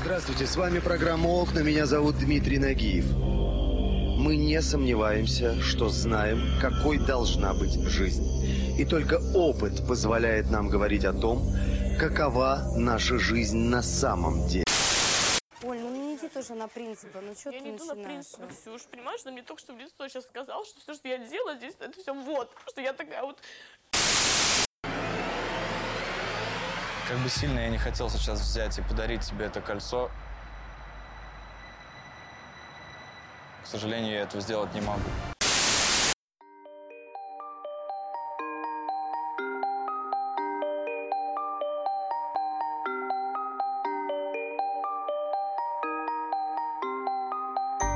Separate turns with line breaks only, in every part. Здравствуйте, с вами программа «Окна». Меня зовут Дмитрий Нагиев. Мы не сомневаемся, что знаем, какой должна быть жизнь. И только опыт позволяет нам говорить о том, какова наша жизнь на самом деле.
Оль, ну не иди тоже на принципы, ну что ты
Я не иду на
начинаешь?
принципы, Ксюш, понимаешь, она мне только что в лицо сейчас сказала, что все, что я делала здесь, это все вот, что я такая вот...
Как бы сильно я не хотел сейчас взять и подарить тебе это кольцо, к сожалению, я этого сделать не могу.
О,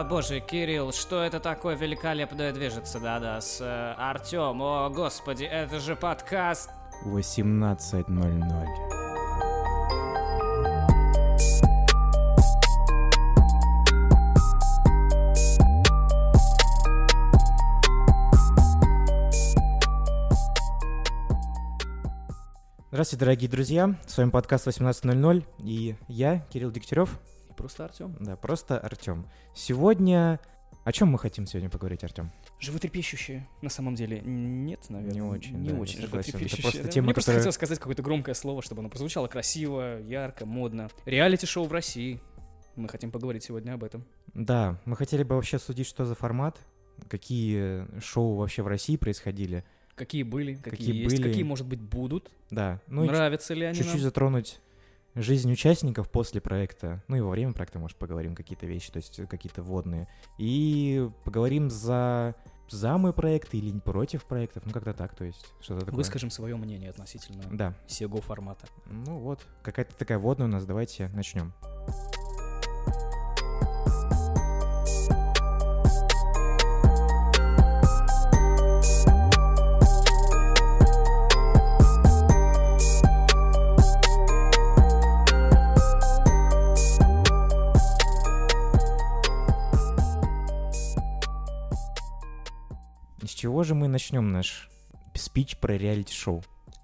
А, боже, Кирилл, что это такое великолепное движется, да-да, с э, Артём, о, господи, это же подкаст.
18.00. Здравствуйте, дорогие друзья. С вами подкаст 18.00 и я, Кирилл Дегтярев.
И просто Артём.
Да, просто Артем. Сегодня... О чем мы хотим сегодня поговорить, Артем?
Животрепещущее, на самом деле, нет, наверное.
Не очень,
Не
да, я
очень
согласен. Это
животрепещущее.
просто
да.
тема,
Мне просто
которая-
хотелось сказать какое-то громкое слово, чтобы оно прозвучало красиво, ярко, модно. Реалити-шоу в России. Мы хотим поговорить сегодня об этом.
Да, мы хотели бы вообще судить, что за формат, какие э, шоу вообще в России происходили.
Какие были, какие,
Какие
есть,
были.
какие, может быть, будут.
Да, ну и чуть-
Нравятся ли они
чуть-чуть
нам?
затронуть жизнь участников после проекта, ну и во время проекта, может, поговорим какие-то вещи, то есть э, какие-то водные. И поговорим за замы проекта или против проектов, ну как-то так, то есть что-то такое.
Выскажем свое мнение относительно
Да,
сего формата.
ну вот, какая-то такая водная у нас, давайте начнем. С чего же мы начнем наш спич про реалити-шоу?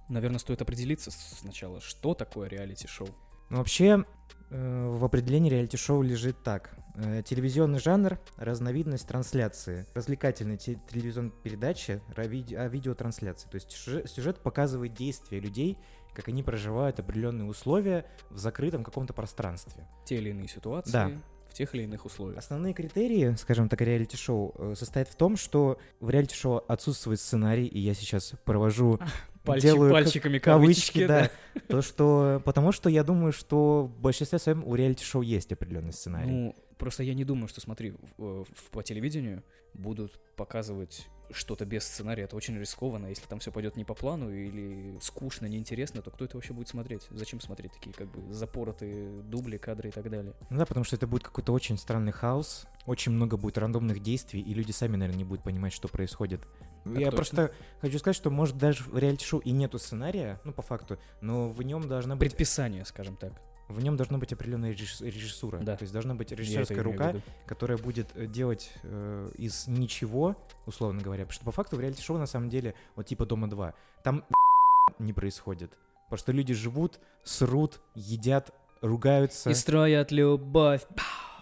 Наверное, стоит определиться с- сначала, что такое реалити-шоу.
Ну, Вообще, э, в определении реалити-шоу лежит так. Э, Телевизионный жанр – разновидность трансляции. Развлекательной те- телевизионной передачи ра- виде- о видеотрансляции. То есть сюжет, сюжет показывает действия людей, как они проживают определенные условия в закрытом каком-то пространстве.
Те или иные ситуации
Да.
в тех или иных условиях.
Основные критерии, скажем так, реалити-шоу э, состоят в том, что в реалити-шоу отсутствует сценарий, и я сейчас провожу...
Пальчи-
делаю как-
пальчиками
кавычки,
кавычки,
да. То, что... Потому что я думаю, что в большинстве своем у реалити-шоу есть определенный сценарий.
Ну, просто я не думаю, что, смотри, в- э, в- по телевидению будут показывать что-то без сценария. Это очень рискованно. Если там все пойдет не по плану или скучно, неинтересно, то кто это вообще будет смотреть? Зачем смотреть такие как бы запоротые дубли, кадры и так далее?
Ну да, потому что это будет какой-то очень странный хаос, очень много будет рандомных действий, и люди сами, наверное, не будут понимать, что происходит. Я
точно.
просто хочу сказать, что, может, даже в реалити-шоу и нету сценария, ну, по факту, но в нем должна быть,
Предписание, скажем так.
в нем должна быть определенная режисс- режиссура.
Да.
То есть должна быть
Я это
режиссерская
имею в
рука,
виду.
которая будет э, делать э, из ничего, условно говоря. Потому что по факту в реалити-шоу на самом деле, вот типа Дома 2, там не происходит. Потому что люди живут, срут, едят, ругаются.
И строят любовь.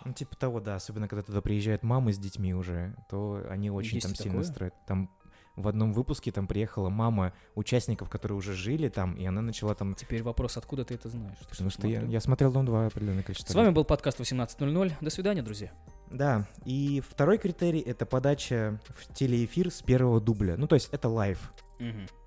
Ну, типа того, да, особенно когда туда приезжают мамы с детьми уже, то они очень
Есть
там
и
сильно
такое.
строят. Там в одном выпуске там приехала мама участников, которые уже жили там, и она начала там...
Теперь вопрос, откуда ты это знаешь? Ты
Потому что я,
смотрел?
я смотрел Дом 2 определенное количество
С вами
лет.
был подкаст 18.00. До свидания, друзья.
Да, и второй критерий — это подача в телеэфир с первого дубля. Ну, то есть это лайв.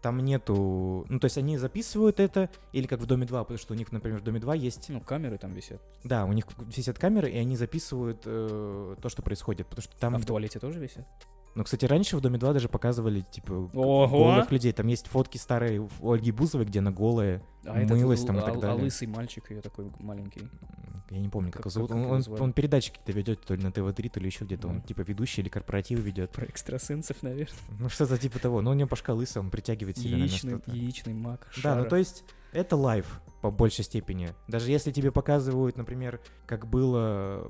Там нету... Ну, то есть они записывают это, или как в Доме 2, потому что у них, например, в Доме 2 есть...
Ну, камеры там висят.
Да, у них висят камеры, и они записывают э, то, что происходит, потому что там...
а в туалете тоже висят?
Ну, кстати, раньше в «Доме 2» даже показывали, типа,
Ого!
голых людей. Там есть фотки старые у Ольги Бузовой, где она голая.
этот
Мылась
л-
там и так
а- А
далее.
лысый мальчик ее такой маленький.
М, Я не помню, как,
Как-
его зовут.
как- как
он,
его
он-
звали?
он передачи какие-то ведет, то ли на ТВ-3, то ли еще где-то. Он,
Мгм.
типа, ведущий или корпоратив ведет.
Про экстрасенсов, наверное.
Ну, что-то типа того. Но у него пашка лысая, он притягивает себя, наверное,
Яичный,
что-то.
яичный маг.
Да,
шара.
ну, то есть, это лайв по большей степени. Даже если тебе показывают, например, как было э,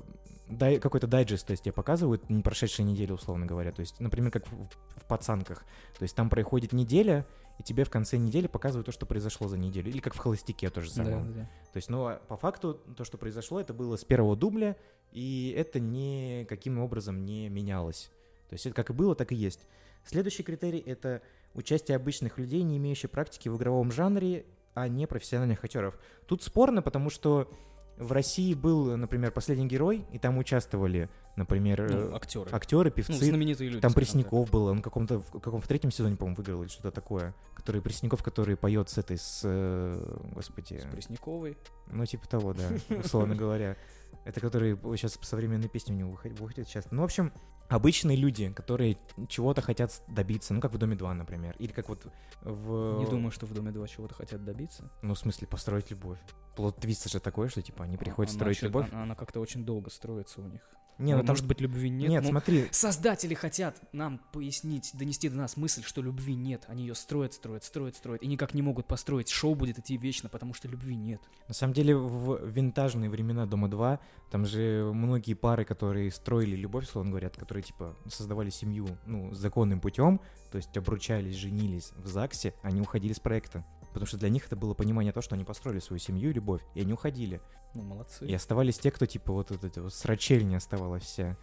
дай, какой-то дайджест, то есть тебе показывают не прошедшие недели, условно говоря. То есть, например, как в, в «Пацанках». То есть там проходит неделя, и тебе в конце недели показывают то, что произошло за неделю. Или как в «Холостяке» тоже
Да,
самое.
да, да.
То есть, ну, а по факту, то, что произошло, это было с первого дубля, и это никаким образом не менялось. То есть это как и было, так и есть. Следующий критерий — это участие обычных людей, не имеющих практики в игровом жанре, а не профессиональных актеров. Тут спорно, потому что в России был, например, «Последний герой», и там участвовали, например,
Ну,
э,
актеры.
актеры,
Ну,
певцы,
знаменитые люди.
там
скажем так.
Пресняков был, он в каком-то в каком в третьем сезоне, по-моему, выиграл или что-то такое, который Пресняков, который поет с этой с, э, господи,
С Пресняковой.
ну, типа того, да, условно говоря. Это которые сейчас современные песни у него выход- выходят сейчас. Ну, в общем, обычные люди, которые чего-то хотят с- добиться. Ну, как в «Доме 2», например. Или как вот в...
Не думаю, что в Доме 2 чего-то хотят добиться.
Ну, в смысле, построить любовь. Плод-твист же такой, что, типа, они приходят
Она
строить
чё-
любовь.
А, Она, она как-то очень долго строится у них.
Не, ну, там...
может быть, любви нет.
Нет,
ну,
смотри,
Создатели хотят нам пояснить, донести до нас мысль, что любви нет. Они ее строят, строят, строят, строят. И никак не могут построить. Шоу будет идти вечно, потому что любви нет.
на самом деле, в винтажные времена «Дома 2» там же многие пары, которые строили любовь, условно говоря, которые, типа, создавали семью, ну, законным путем, то есть обручались, женились в ЗАГСе, они уходили с проекта. Потому что для них это было понимание того, что они построили свою семью и любовь, и они уходили.
Ну, молодцы.
И оставались те, кто, типа, вот эта вот, срачельня оставалась вся.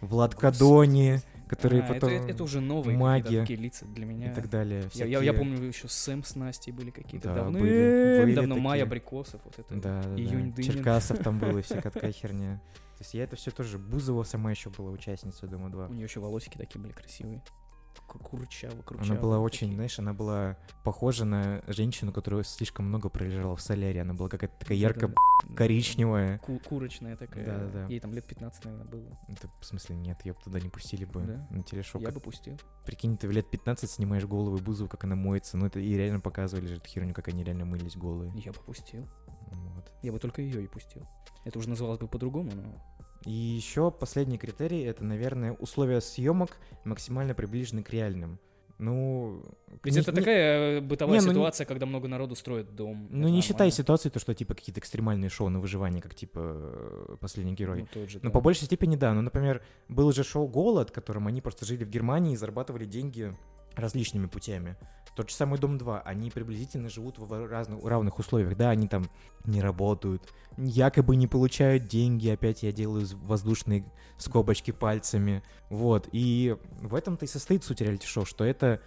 Влад Кадони, которые
Ну, А, это-
потом...
это, уже новые какие-то
магия
такие лица для меня.
И так далее.
Я,
всякие-
я- я помню, еще Сэм с Настей были какие-то
Да,
давно.
были- были
давно
такие.
Майя Брикосов, вот это.
Да, да, да.
Июнь Дынин.
Черкасов там было, и вся какая херня. То есть я это все тоже... Бузова сама еще была участница Дома 2.
У нее еще волосики такие были красивые. Ку- Курчавы, курчавы.
Она была
такие.
очень, знаешь, она была похожа на женщину, которая слишком много пролежала в соляре. Она была какая-то такая
Да-да-да.
ярко коричневая.
Ку- Курочная такая.
Да-да-да.
Ей там лет 15, наверное, было.
Это, в смысле, нет, ее бы туда не пустили бы
Да.
на телешоу.
Я
Как-
бы пустил.
Прикинь, ты в лет 15 снимаешь голову и Бузову, как она моется. Ну, это и реально показывали же эту херню, как они реально мылись голые.
Я бы пустил.
Вот.
Я бы только ее и пустил. Это уже называлось бы по-другому, но
И еще последний критерий — это, наверное, условия съемок максимально приближены к реальным. Ну...
Ведь
не-
это
не-
такая э, бытовая
не, ну не-
ситуация, когда много народу строит дом.
Ну, не считай ситуацию, то, что, типа, какие-то экстремальные шоу на выживание, как, типа, э, «Последний герой».
тот же,
Ну,
да.
по большей степени, да. Ну, например, было же шоу «Голод», которым они просто жили в Германии и зарабатывали деньги различными путями. Тот же самый «Дом-2», они приблизительно живут в разных, равных условиях. Да, они там не работают, якобы не получают деньги, опять я делаю з- воздушные скобочки пальцами. Вот, и в этом-то и состоит суть реалити-шоу, что это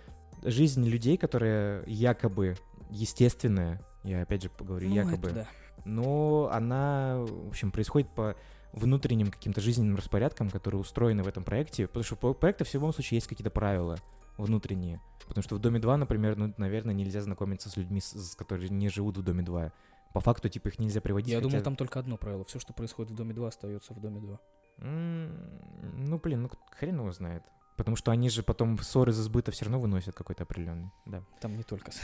жизнь людей, которая якобы естественная, я опять же поговорю,
Ну, это
якобы
да.
но она, в общем, происходит по внутренним каким-то жизненным распорядкам, которые устроены в этом проекте, потому что у проекта в любом случае есть какие-то правила внутренние, потому что в «Доме 2», например, ну, наверное, нельзя знакомиться с людьми, с, с- которые не живут в «Доме 2». По факту, типа, их нельзя приводить.
Я
хотя-
думал, там только одно правило. Все, что происходит в доме 2, остается в доме 2.
М, Ну, блин, ну, хрен его знает. Потому что они же потом ссоры из избыта все равно выносят какой-то определенный. Да.
Там не только.
Ну,
с-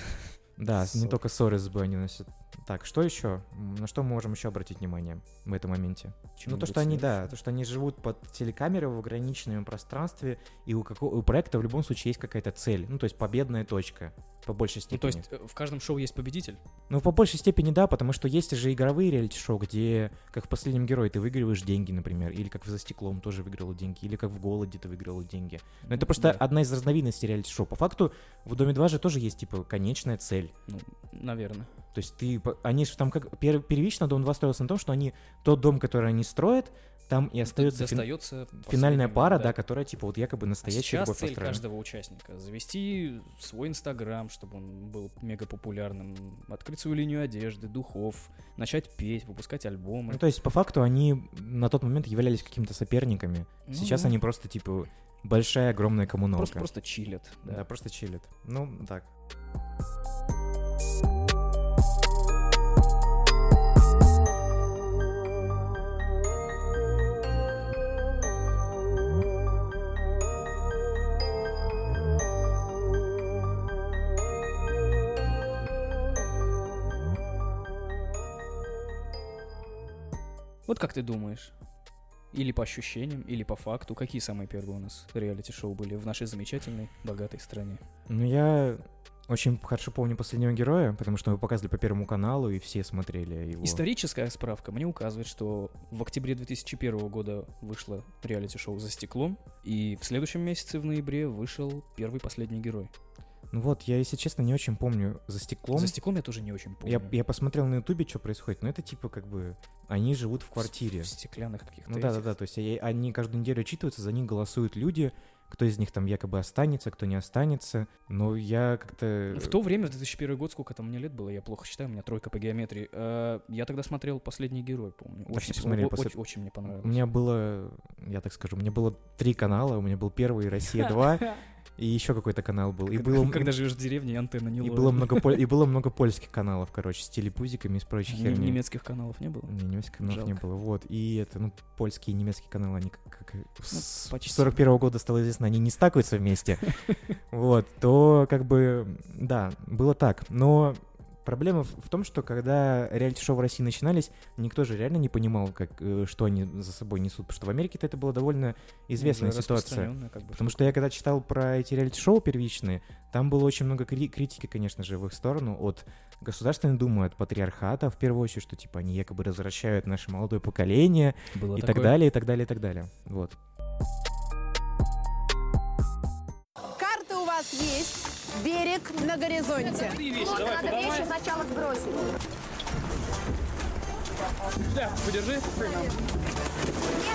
Да, не
Ссор.
только ссоры из СБ они носят. Так, что еще? М, На что мы можем еще обратить внимание в этом моменте? Ну, то,
чем-нибудь
что они,
следующим.
да, то, что они живут под телекамерой в ограниченном пространстве, и у, како- у проекта в любом случае есть какая-то цель. Ну, то есть победная точка, по большей
Ну,
степени.
то есть э, в каждом шоу есть победитель.
Ну, по большей степени, да, потому что есть же игровые реалити-шоу, где, как в «Последнем герое», ты выигрываешь деньги, например, или как в «За стеклом» тоже выиграл деньги, или как в «Голоде» ты выиграл деньги. Но это просто
Да.
одна из разновидностей реалити-шоу. По факту в «Доме 2» же тоже есть, типа, конечная цель.
Ну, наверное.
То есть ты, по- они же там как... пер- Первично «Дом 2» строился на том, что они... Тот дом, который они строят, там
Ну,
и остается фин-
Достается
финальная
последнему,
пара, да. которая, типа, вот якобы
А
настоящая
Сейчас
любовь
цель
построена.
каждого участника завести свой инстаграм, чтобы он был мега популярным, открыть свою линию одежды, духов, начать петь, выпускать альбомы.
Ну, то есть, по факту, они на тот момент являлись какими-то соперниками.
Ну
Сейчас
да.
они просто, типа, большая, огромная коммуналка.
просто, просто чилят.
да.
Да.
просто чилит. Ну, так.
Вот как ты думаешь? Или по ощущениям, или по факту, какие самые первые у нас реалити-шоу были в нашей замечательной, богатой стране?
Ну, я Очень хорошо помню последнего героя, потому что его показывали по Первому каналу, и все смотрели его.
Историческая справка мне указывает, что в октябре 2001 года вышло реалити-шоу «За стеклом», и в следующем месяце, в ноябре, вышел первый «Последний герой».
Ну вот, я, если честно, не очень помню за стеклом.
«За стеклом» я тоже не очень помню.
Я, я посмотрел на Ютубе, что происходит, но это типа как бы они живут в квартире.
В стеклянных каких-то
Ну да, да,
этих.
да. То есть э, они каждую неделю отчитываются, за них голосуют люди, кто из них там якобы останется, кто не останется. Но я как-то.
Ну, В то время, в 2001 год, сколько там мне лет было, я плохо считаю, у меня тройка по геометрии. Э, Я тогда смотрел «Последний герой», помню.
Так,
Очень,
не смотрели
о- о-
послед-
очень, очень мне понравилось.
У меня было, я так скажу, у меня было три канала. У меня был первый Россия 2 и еще какой-то канал был. И
Когда-
было,
Когда живешь в деревне, и антенна не ну,
и
ловит.
было много пол- и было много польских каналов, короче, с телепузиками и с прочей
Ни-
херней.
Немецких каналов не было?
Не, немецких каналов не
Жалко. Ну,
было. Вот. И это, ну, польские и немецкие каналы, они как, как с
почти.
41 года стало известно, они не стакаются вместе. Вот. То, как бы, да, было так. Но проблема в в том, что когда реалити-шоу в России начинались, никто же реально не понимал, как, э, что они за собой несут. Потому что в Америке-то это была довольно известная
Уже
ситуация.
распространенная как бы
Потому что я когда читал про эти реалити-шоу первичные, там было очень много кри- критики, конечно же, в их сторону от Государственной Думы, от патриархата, в первую очередь, что типа они якобы развращают наше молодое поколение
Было
и так
такое.
далее, и так далее, и так далее. Вот.
Карты у вас есть, берег на горизонте.
надо вещи сначала сбросить. подержи. Нет,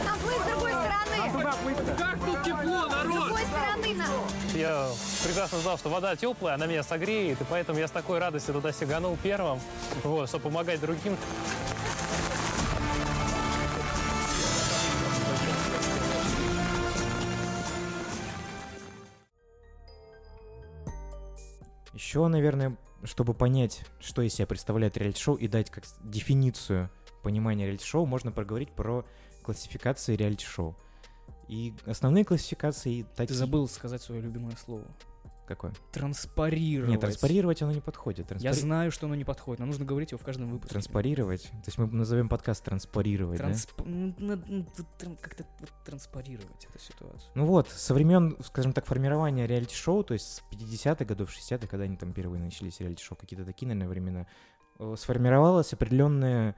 а плыть с другой стороны. А как тут тепло, народ? С другой стороны нам.
Я прекрасно знал, что вода теплая, она меня согреет, и поэтому я с такой радостью туда сиганул первым, вот, чтобы помогать другим.
Еще, наверное, чтобы понять, что из себя представляет реалити-шоу и дать как с- дефиницию понимания реалити-шоу, можно проговорить про классификации реалити-шоу. И основные классификации...
Ты
такие-
забыл сказать свое любимое слово.
Какое?
Транспарировать.
Нет, транспарировать оно не подходит.
Я
Транспари-
знаю, что оно не подходит, но нужно говорить его в каждом выпуске.
Транспарировать. То есть мы назовем подкаст транспарировать, да?
Трансп- ну, надо- ну, тут тран- Как-то вот транспарировать эту ситуацию.
Ну вот, со времен, скажем так, формирования реалити-шоу, то есть с 50-х годов, 60-х, когда они там первые начались реалити-шоу, какие-то такие, наверное, времена, э, сформировалось определенные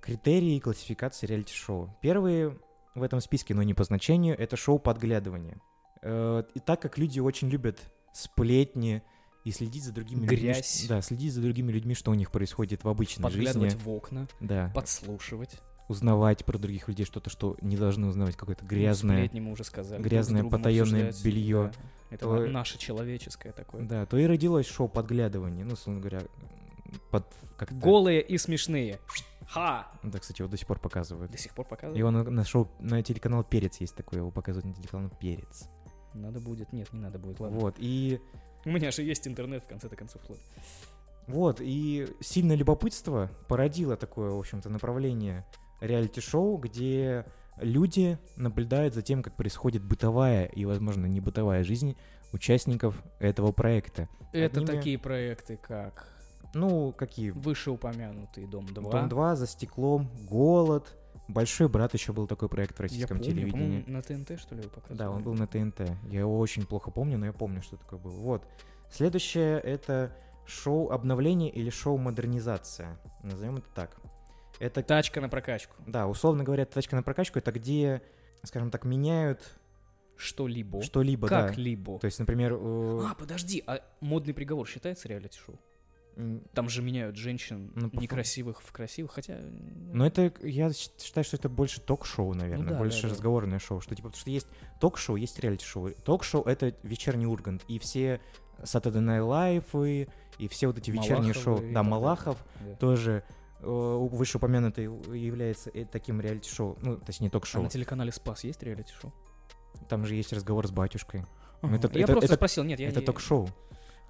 критерии классификации реалити-шоу. Первые в этом списке, но не по значению, это шоу подглядывания. Э, И так как люди очень любят сплетни и следить за другими
Грязь.
людьми, да, следить за другими людьми, что у них происходит в обычной
Подглядывать
жизни,
в окна,
да,
подслушивать.
узнавать про других людей что-то, что не должны узнавать, какое-то грязное,
Сплетни мы Ну, уже сказали. друг с
грязное
другом
потаённое
обсуждать.
бельё.
Да. Это
То-
на- наше человеческое такое.
Да, то и родилось шоу подглядывание, ну, условно говоря, под как это-
Голые и смешные. Ха!
Да, кстати, его до сих пор показывают.
До сих пор показывают.
Его на, на шоу на телеканал Перец есть такое, его показывают на телеканал Перец.
Надо будет. Нет, не надо будет. Ладно.
Вот и
У меня же есть интернет в конце-то концов. ладно.
вот и сильное любопытство породило такое, в общем-то, направление реалити-шоу, где люди наблюдают за тем, как происходит бытовая и, возможно, не бытовая жизнь участников этого проекта.
Это
Одними-
такие проекты, как
Ну, какие?
вышеупомянутый Дом 2.
Дом 2, За стеклом, Голод. Большой брат еще был такой проект в
Я
российском
помню,
телевидении.
по-моему, на ТНТ, что ли, его показывали?
Да, он был на ТНТ. Я его очень плохо помню, но я помню, что такое было. Вот. Следующее это шоу обновление или шоу модернизация. Назовем это так. Это,
Тачка на прокачку.
да, условно говоря, тачка на прокачку, это где, скажем так, меняют
Что-либо.
что-либо, Типа, да.
Как-либо.
То есть, например, э,
А, подожди, а модный приговор считается реалити-шоу?
м,
Там же меняют женщин
Ну, по фа-
некрасивых в красивых, хотя... ну,
но это, я щ- считаю, что это больше ток-шоу, наверное,
да,
больше
да, да.
разговорное шоу, что типа, потому что есть ток-шоу, есть реалити-шоу. Ток-шоу — это вечерний Ургант, и все Saturday Night Live, и, и все вот эти вечерние
Малаховы
шоу.
и
Да,
так далее.
Малахов,
Да.
тоже э, вышеупомянутый является э, таким реалити-шоу, ну, точнее,
А
ток-шоу.
на телеканале Спас есть реалити-шоу?
Там же есть разговор с батюшкой. Ну,
типа Ага.
это-
я
это-
просто
это-
спросил, нет, я
Это
не-
ток-шоу.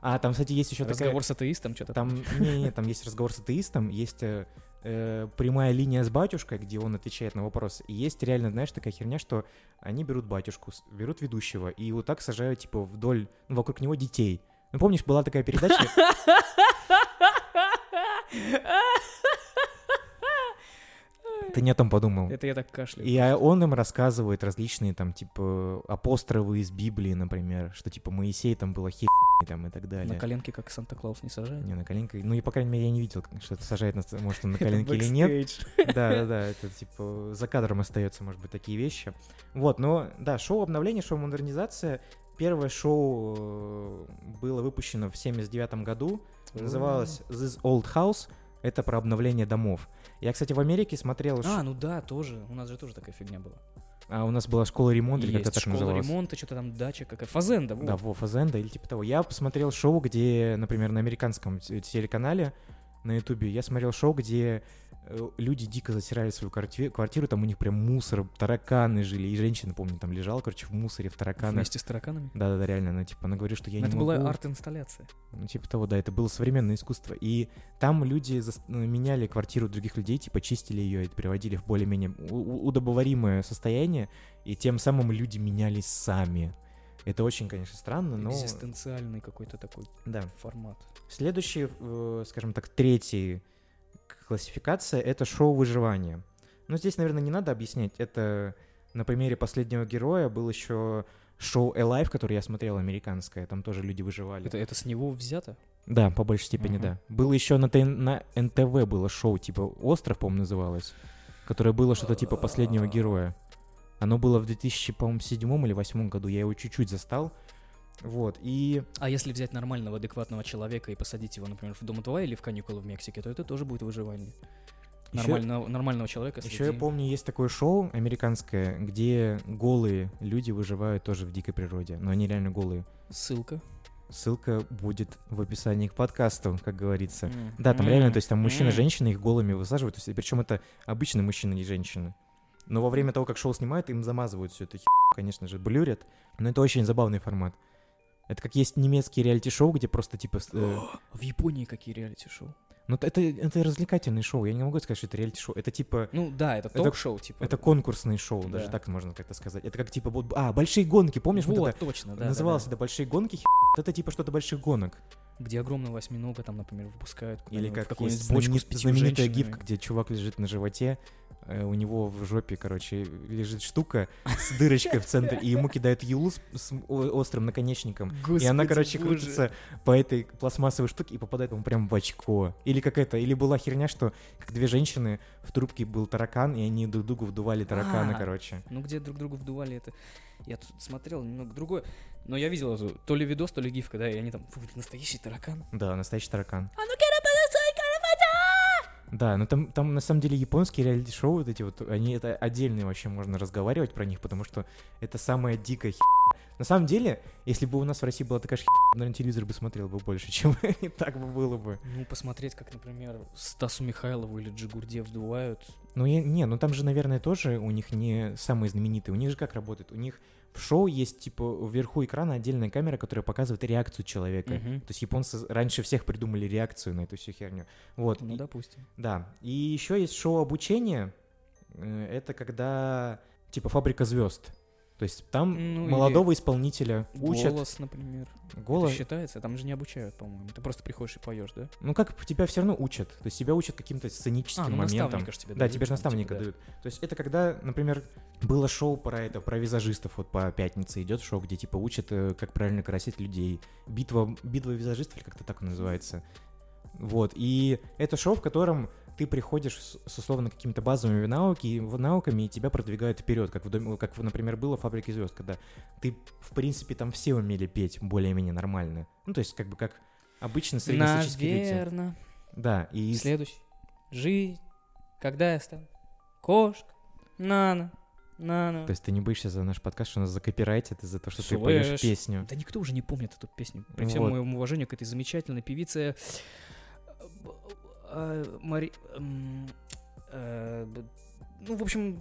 А, там, кстати, есть еще
Разговор с атеистом, что-то
такая... Там, не-не-не, там есть разговор с атеистом, есть э, э, прямая линия с батюшкой, где он отвечает на вопрос. И есть реально, знаешь, такая херня, что они берут батюшку, с- берут ведущего, и вот так сажают, типа, вдоль, ну, вокруг него детей. Ну, помнишь, была такая передача, Ты не о том подумал.
Это я так кашляю.
И а, он им рассказывает различные там, типа, апострофы из Библии, например, что, типа, Моисей там была хер там и так далее.
На коленке как Санта-Клаус не сажает.
Не, на коленке. Ну, и, по крайней мере, я не видел, что это сажает, нас, может, он на коленке или нет. Да, да, да, это типа за кадром остается, может быть, такие вещи. Вот, но да, шоу обновление, шоу модернизация. Первое шоу э, было выпущено в 79 году, называлось This Old House. Это про обновление домов. Я, кстати, в Америке смотрел... ш-
А, ну да, тоже. У нас же тоже такая фигня была.
А у нас была школа ремонта, или как-то
Есть
так
школа
называлась.
ремонта, что-то там дача какая Фазенда, вот.
Да, Вов Азенда или типа того. Я посмотрел шоу, где, например, на американском те- телеканале на Ютубе я смотрел шоу, где э, люди дико засирали свою квартиру, квартиру, там у них прям мусор, тараканы жили, и женщина, помню, там лежала, короче, в мусоре, в тараканах.
Вместе с тараканами.
Да-да-да, реально, она типа, она говорит, что я
это
не
была
могу.
арт-инсталляция.
Ну, типа того, да, это было современное искусство. И там люди зас- э, меняли квартиру других людей, типа чистили ее и приводили в более-менее у- у- удобоваримое состояние, и тем самым люди менялись сами. Это очень, конечно, странно, но...
Экзистенциальный какой-то такой
Да.
формат.
Следующий, э, скажем так, третий к- классификация — это шоу выживания. Ну, здесь, наверное, не надо объяснять. Это на примере «Последнего героя» был еще шоу Alive, которое я смотрел, американское. Там тоже люди выживали.
Это, это с него взято?
Да, по большей степени,
Мгм.
да. Было еще на, ТН на НТВ было шоу, типа «Остров», по-моему, называлось, которое было что-то типа «Последнего героя». Оно было в 2007 или 2008 году, я его чуть-чуть застал. Вот, и...
А если взять нормального, адекватного человека и посадить его, например, в Дом 2 или в каникулы в Мексике, то это тоже будет выживание.
Ещё-
Нормального, нормального человека
Еще я
среди-
помню, есть такое шоу американское, где голые люди выживают тоже в дикой природе, но они реально голые.
Ссылка.
Ссылка будет в описании к подкасту, как говорится.
М.
Да, там реально, то есть там
М.
М-м-м.
мужчина, женщина их голыми высаживают, то есть, причем это обычные мужчины и женщины. Но во время того, как шоу снимают, им замазывают всю эту херню, конечно же, блюрят. Но это очень забавный формат. Это как есть немецкие реалити-шоу, где просто типа... с- э,
А В Японии какие реалити-шоу?
ну, это, это развлекательные шоу, я не могу сказать, что это реалити-шоу. Это типа...
Ну да, это
Это-
ток-шоу, типа.
Это конкурсные шоу, даже
Да.
так можно как-то сказать. Это как типа вот, а большие гонки, помнишь,
вот,
вот это
точно, да.
называлось
да,
это большие гонки. хи- вот Это типа что-то больших гонок
да. Где огромного восьминога там, например, выпускают
или
куда-нибудь в
как
какую-нибудь
есть
бочку
знаменит-
с пятью
знаменитая
женщинами.
гифка, где чувак лежит на животе, э, у него в жопе, короче, лежит штука с дырочкой в центре, и ему кидают юлу с, с о- острым наконечником. и она,
Господи,
короче,
боже.
крутится по этой пластмассовой штуке и попадает ему прям в очко. Или как это, или была херня, что как две женщины в трубке был таракан, и они друг другу вдували таракана,
А.
короче.
Ну, где друг другу вдували это. Я тут смотрел немного другое. Но я видел эту то ли видос, то ли гифка, да, и они там, фу, это настоящий таракан.
Да, настоящий таракан. Да, но там, там на самом деле японские реалити-шоу вот эти вот, они это отдельные вообще можно разговаривать про них, потому что это самая дикая хи... На самом деле, если бы у нас в России была такая же хи... наверное, телевизор бы смотрел бы больше, чем и так бы было бы.
Ну, посмотреть, как, например, Стасу Михайлову или Джигурде вдувают.
Ну, я- не, ну там же, наверное, тоже у них не самые знаменитые. У них же как работает? У них в шоу есть, типа, вверху экрана отдельная камера, которая показывает реакцию человека.
Мгм.
То есть японцы раньше всех придумали реакцию на эту всю херню. Вот.
Ну,
и-
допустим.
Да. И еще есть шоу обучения. Э, Это когда типа фабрика звезд. То есть там
Ну, или
молодого исполнителя учат голос.
Голос, например. Это считается? Там же не обучают, по-моему. Ты просто приходишь и поешь, да?
Ну как тебя все равно учат. То есть тебя учат каким-то сценическим
А, ну
моментом.
наставника ж тебе
Да, тебе же
там, типа,
наставника
да.
дают. То есть это когда, например, было шоу про это, про визажистов, вот по пятнице идет шоу, где типа учат, э, как правильно красить людей. Битва, битва визажистов, или как-то так он называется. Вот, и это шоу, в котором ты приходишь с, с условно какими-то базовыми науки, в- науками, и тебя продвигают вперед, как, в доме, как например, было в «Фабрике звезд», когда ты, в принципе, там все умели петь более-менее нормально. Ну, то есть как бы как обычно среднестатистические люди.
Наверно.
Да, и...
И следующий. Жизнь. Когда я стану? Кошка. Нана. Нана.
То есть ты не боишься за наш подкаст, что нас закопирайтят из-за того, что ты поешь
Слышь.
песню.
Да никто уже не помнит эту песню. При всем
Вот.
моем уважении к этой замечательной певице. э, Мари... м, э, б- Ну, в общем,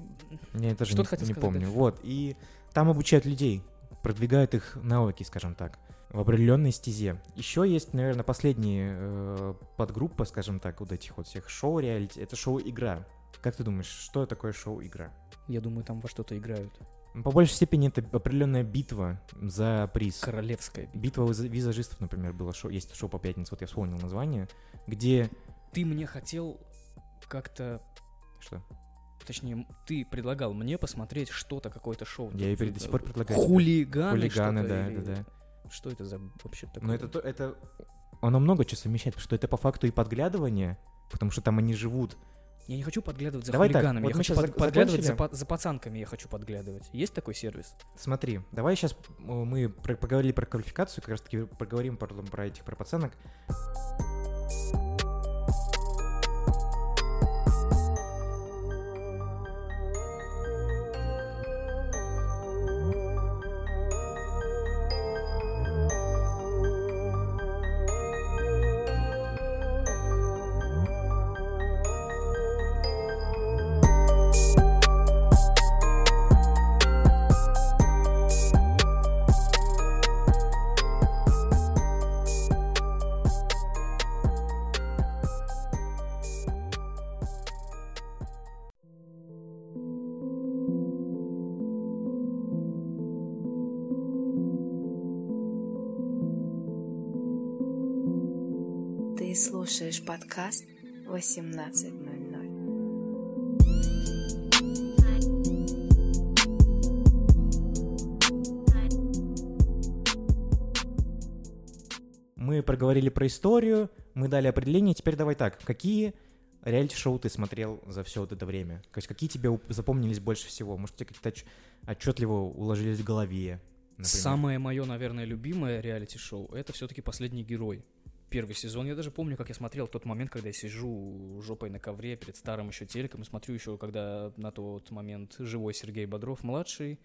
Я это же
Что
не,
ты хотел
не
сказать
помню.
дальше?
Вот, и там обучают людей, продвигают их навыки, скажем так, в определенной стезе. Еще есть, наверное, последняя э, подгруппа, скажем так, вот этих вот всех шоу реалити. Это шоу-игра. Как ты думаешь, что такое шоу-игра?
я думаю, там во что-то играют.
Ну, По большей степени это определенная битва за приз.
Королевская. битва.
Битва виза- визажистов, например, было шоу, есть шоу по пятницам, вот я вспомнил название, где...
Ты мне хотел как-то
Что?
Точнее, ты предлагал мне посмотреть что-то, какое-то шоу.
Я и
Тут,
перед- до сих пор
э,
предлагаю.
Хулиганы
Хулиганы,
что-то
да,
или-
да, Ну, да.
Что это за вообще такое?
Но это, то- это... Оно много чего совмещает, потому что это по факту и подглядывание, потому что там они живут.
Я не хочу подглядывать за
Давай так,
хулиганами,
вот
я
мы
хочу
щас
под-
зак-
подглядывать за,
закончили.
па- за пацанками, я хочу подглядывать. Есть такой сервис?
Смотри, давай сейчас мы про- поговорили про квалификацию, как раз таки поговорим потом про этих, про пацанок.
Ты слушаешь подкаст 18.00.
Мы проговорили про историю, мы дали определение. Теперь давай так, какие реалити-шоу ты смотрел за все вот это время? То есть какие тебе уп- запомнились больше всего? Может, тебе какие-то отч- отчетливо уложились в голове? например?
Самое мое, наверное, любимое реалити-шоу это все-таки последний герой. Первый сезон. Я даже помню, как я смотрел тот момент, когда я сижу жопой на ковре перед старым еще телеком и смотрю еще, когда на тот момент живой Сергей Бодров младший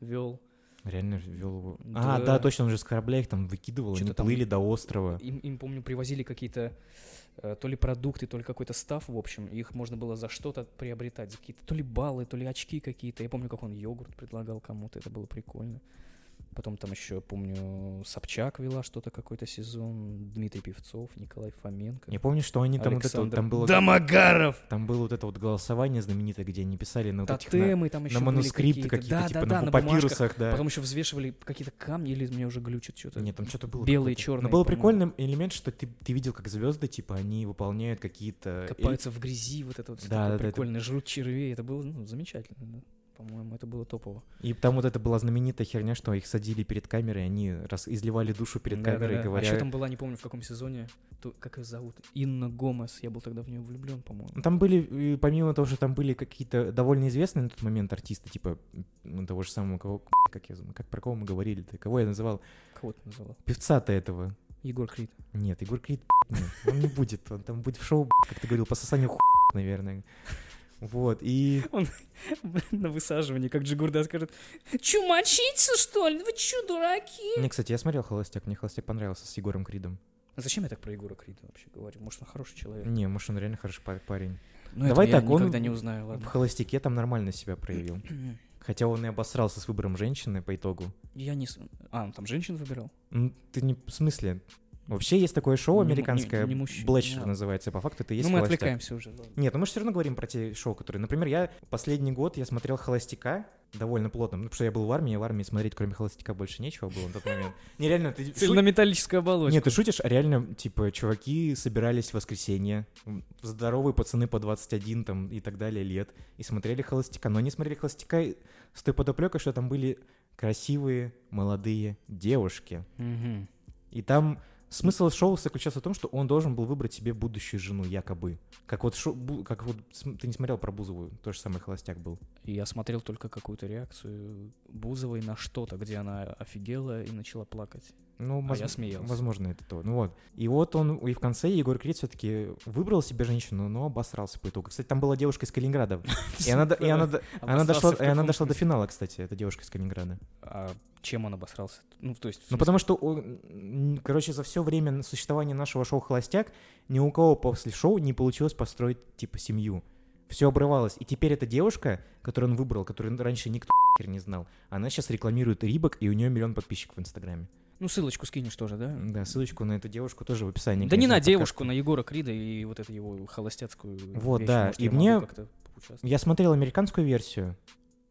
вел.
Реально вел его...
Да.
А, да, точно, он же с корабля их там выкидывал,
Чё-то
они
там-
плыли до острова.
Им, им, помню, привозили какие-то э, то ли продукты, то ли какой-то став, в общем, и их можно было за что-то приобретать, за какие-то то ли баллы, то ли очки какие-то. Я помню, как он йогурт предлагал кому-то, это было прикольно. Потом там еще, помню, Собчак вела что-то какой-то сезон, Дмитрий Певцов, Николай Фоменко.
Я помню, что они там вот это вот-
Александр
там было...
Домогаров!
Там было вот это вот голосование знаменитое, где они писали на вот этих на-
Тотемы там еще
на манускрипты какие-то,
да,
типа
да, да,
на,
на бумажках. А
папирусах, да.
Потом еще взвешивали какие-то камни, или мне уже глючит что-то.
Нет, там что-то было.
белые,
какое-то.
черные,
Но был
по-моему.
прикольный элемент, что ты, ты видел, как звезды, типа, они выполняют какие-то... э,
Копаются в грязи, вот это вот всё
Да,
такое
да, да, это-
прикольное, жрут червей. Это было ну, замечательно, да. По-моему, это было топово.
И, и там вот это была знаменитая херня, что их садили перед камерой, они раз изливали душу перед
Да-да-да.
камерой,
А еще
говоря...
там была, не помню, в каком сезоне, ту- как ее зовут, Инна Гомес. Я был тогда в нее влюблен, по-моему.
Ну, Там были, э, помимо того, что там были какие-то довольно известные на тот момент артисты, типа ну, того же самого, кого, как я, зову- как про кого мы говорили-то, кого я называл,
Кого ты назвала?
певца-то этого.
Егор Крид.
Нет, Егор Крид, нет, он не будет, он там будет в шоу, как ты говорил, по сосанию хуй, наверное. Вот, и...
На высаживании, как Джигурда скажет, «Чё, мочиться, что ли? Вы чё, дураки?»
Мне, кстати, я смотрел «Холостяк», мне «Холостяк» понравился с Егором Кридом.
А Зачем я так про Егора Крида вообще говорю? Может, он хороший человек?
Не, может, он реально хороший пар- парень.
Ну,
Давай
этого я
так, он-
никогда не узнаю,
В
ладно.
«Холостяке» там нормально себя проявил. Хотя он и обосрался с выбором женщины по итогу.
Я не... с- А, он там женщин выбирал?
Ну, ты не... В смысле? Вообще есть такое шоу
Не му- не-
американское,
не мужчина,
«Блэчер»
ладно.
называется, по факту это и есть
ну, мы
«Холостяк».
отвлекаемся уже. ладно.
Нет, ну мы же все равно говорим про те шоу, которые... Например, я последний год я смотрел «Холостяка», довольно плотно, ну, потому что я был в армии, а в армии смотреть, кроме «Холостяка», больше нечего было на тот момент. Нереально, ты... шу-
Цельнометаллическая оболочка.
Нет, ты шутишь, а реально, типа, чуваки собирались в воскресенье, м, здоровые пацаны по 21 там и так далее лет, и смотрели «Холостяка». Но они смотрели «Холостяка» и- с той подоплекой, что там были красивые молодые девушки.
Мгм.
И там смысл шоу заключался в том, что он должен был выбрать себе будущую жену, якобы. Как вот, шо- бу- как вот см- ты не смотрел про Бузову, то же самое холостяк был.
И Я смотрел только какую-то реакцию Бузовой на что-то, где она офигела и начала плакать.
Ну,
А я смеялся.
Возможно, это то. Ну вот. И вот он, и в конце Егор Крид все-таки выбрал себе женщину, но обосрался по итогу. Кстати, там была девушка из Калининграда. И она, до- и она, до- она
Обосрался
дошла,
в
и она
каком
дошла до
смысле?
финала, кстати, эта девушка из Калининграда.
А чем он обосрался? Ну, то есть... в
Ну,
смысле,
потому что, он, м, короче, за все время существования нашего шоу «Холостяк» ни у кого после шоу не получилось построить, типа, семью. Все обрывалось. И теперь эта девушка, которую он выбрал, которую раньше никто нахер не знал, она сейчас рекламирует Рибок, и у нее миллион подписчиков в Инстаграме.
Ну, ссылочку скинешь тоже, да?
Да, ссылочку на эту девушку тоже в описании.
Да
конечно,
не на
подкаста.
девушку, на Егора Крида и вот эту его холостяцкую
Вот,
вещь.
да,
Может,
и
я могу
мне-
как-то поучаствовать?
Я смотрел американскую версию,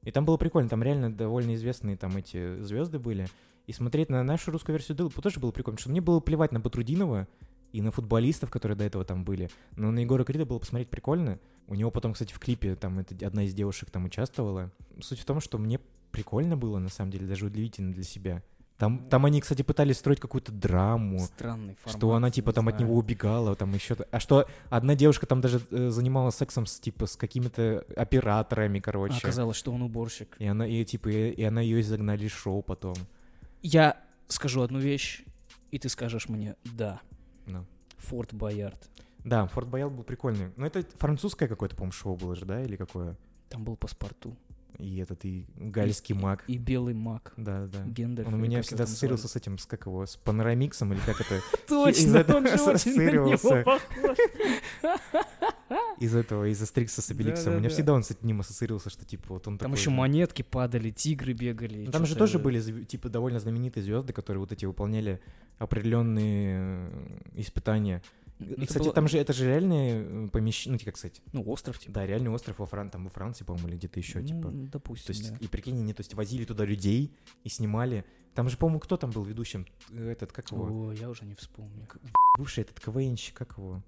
и там было прикольно, там реально довольно известные там эти звезды были. И смотреть на нашу русскую версию дыл- тоже было прикольно, потому что мне было плевать на Батрудинова и на футболистов, которые до этого там были. Но на Егора Крида было посмотреть прикольно. У него потом, кстати, в клипе там это, одна из девушек там участвовала. Суть в том, что мне прикольно было, на самом деле, даже удивительно для себя. Там, там они, кстати, пытались строить какую-то драму.
Странный формат.
Что она типа
не
там от
знаю.
него убегала, там еще, а что одна девушка там даже э, занималась сексом с типа с какими-то операторами, короче.
А Оказалось, что он уборщик.
И она и типа и, и она ее изогнали из шоу потом.
Я скажу одну вещь, и ты скажешь мне «да».
Ну.
Форт Боярд.
Да, Форт Боярд был прикольный. Но это французское какое-то, по-моему, шоу было же, да, или какое?
Там был паспорту.
И этот и гальский маг.
И белый маг.
Да, да.
Гендер.
Он у меня всегда ассоциировался с этим, с как его, с панорамиксом или как это? из-за
Точно,
этого
он же очень на него
ассоциировался.
похож.
Из этого, из Астрикса с Обеликсом. У меня
Да-да-да.
всегда он с ним ассоциировался, что типа вот он
Там
такой,
еще
ну,
монетки падали, тигры бегали.
Ну, Там же
чё-то-
тоже были зв- типа довольно знаменитые звезды, которые вот эти выполняли определенные э, испытания. И,
Ну, это
кстати,
было-
там же это же реальные помещения, ну как сказать,
Ну, остров, типа.
да, реальный остров во Фран... там во Франции, по-моему, или где-то еще,
Ну,
типа. То
допустим,
есть,
да.
и прикинь, они, то есть, возили туда людей и снимали. Там же, по-моему, кто там был ведущим? э, Этот, как его?
О, я уже не вспомню.
Бывший этот КВНщик, как его?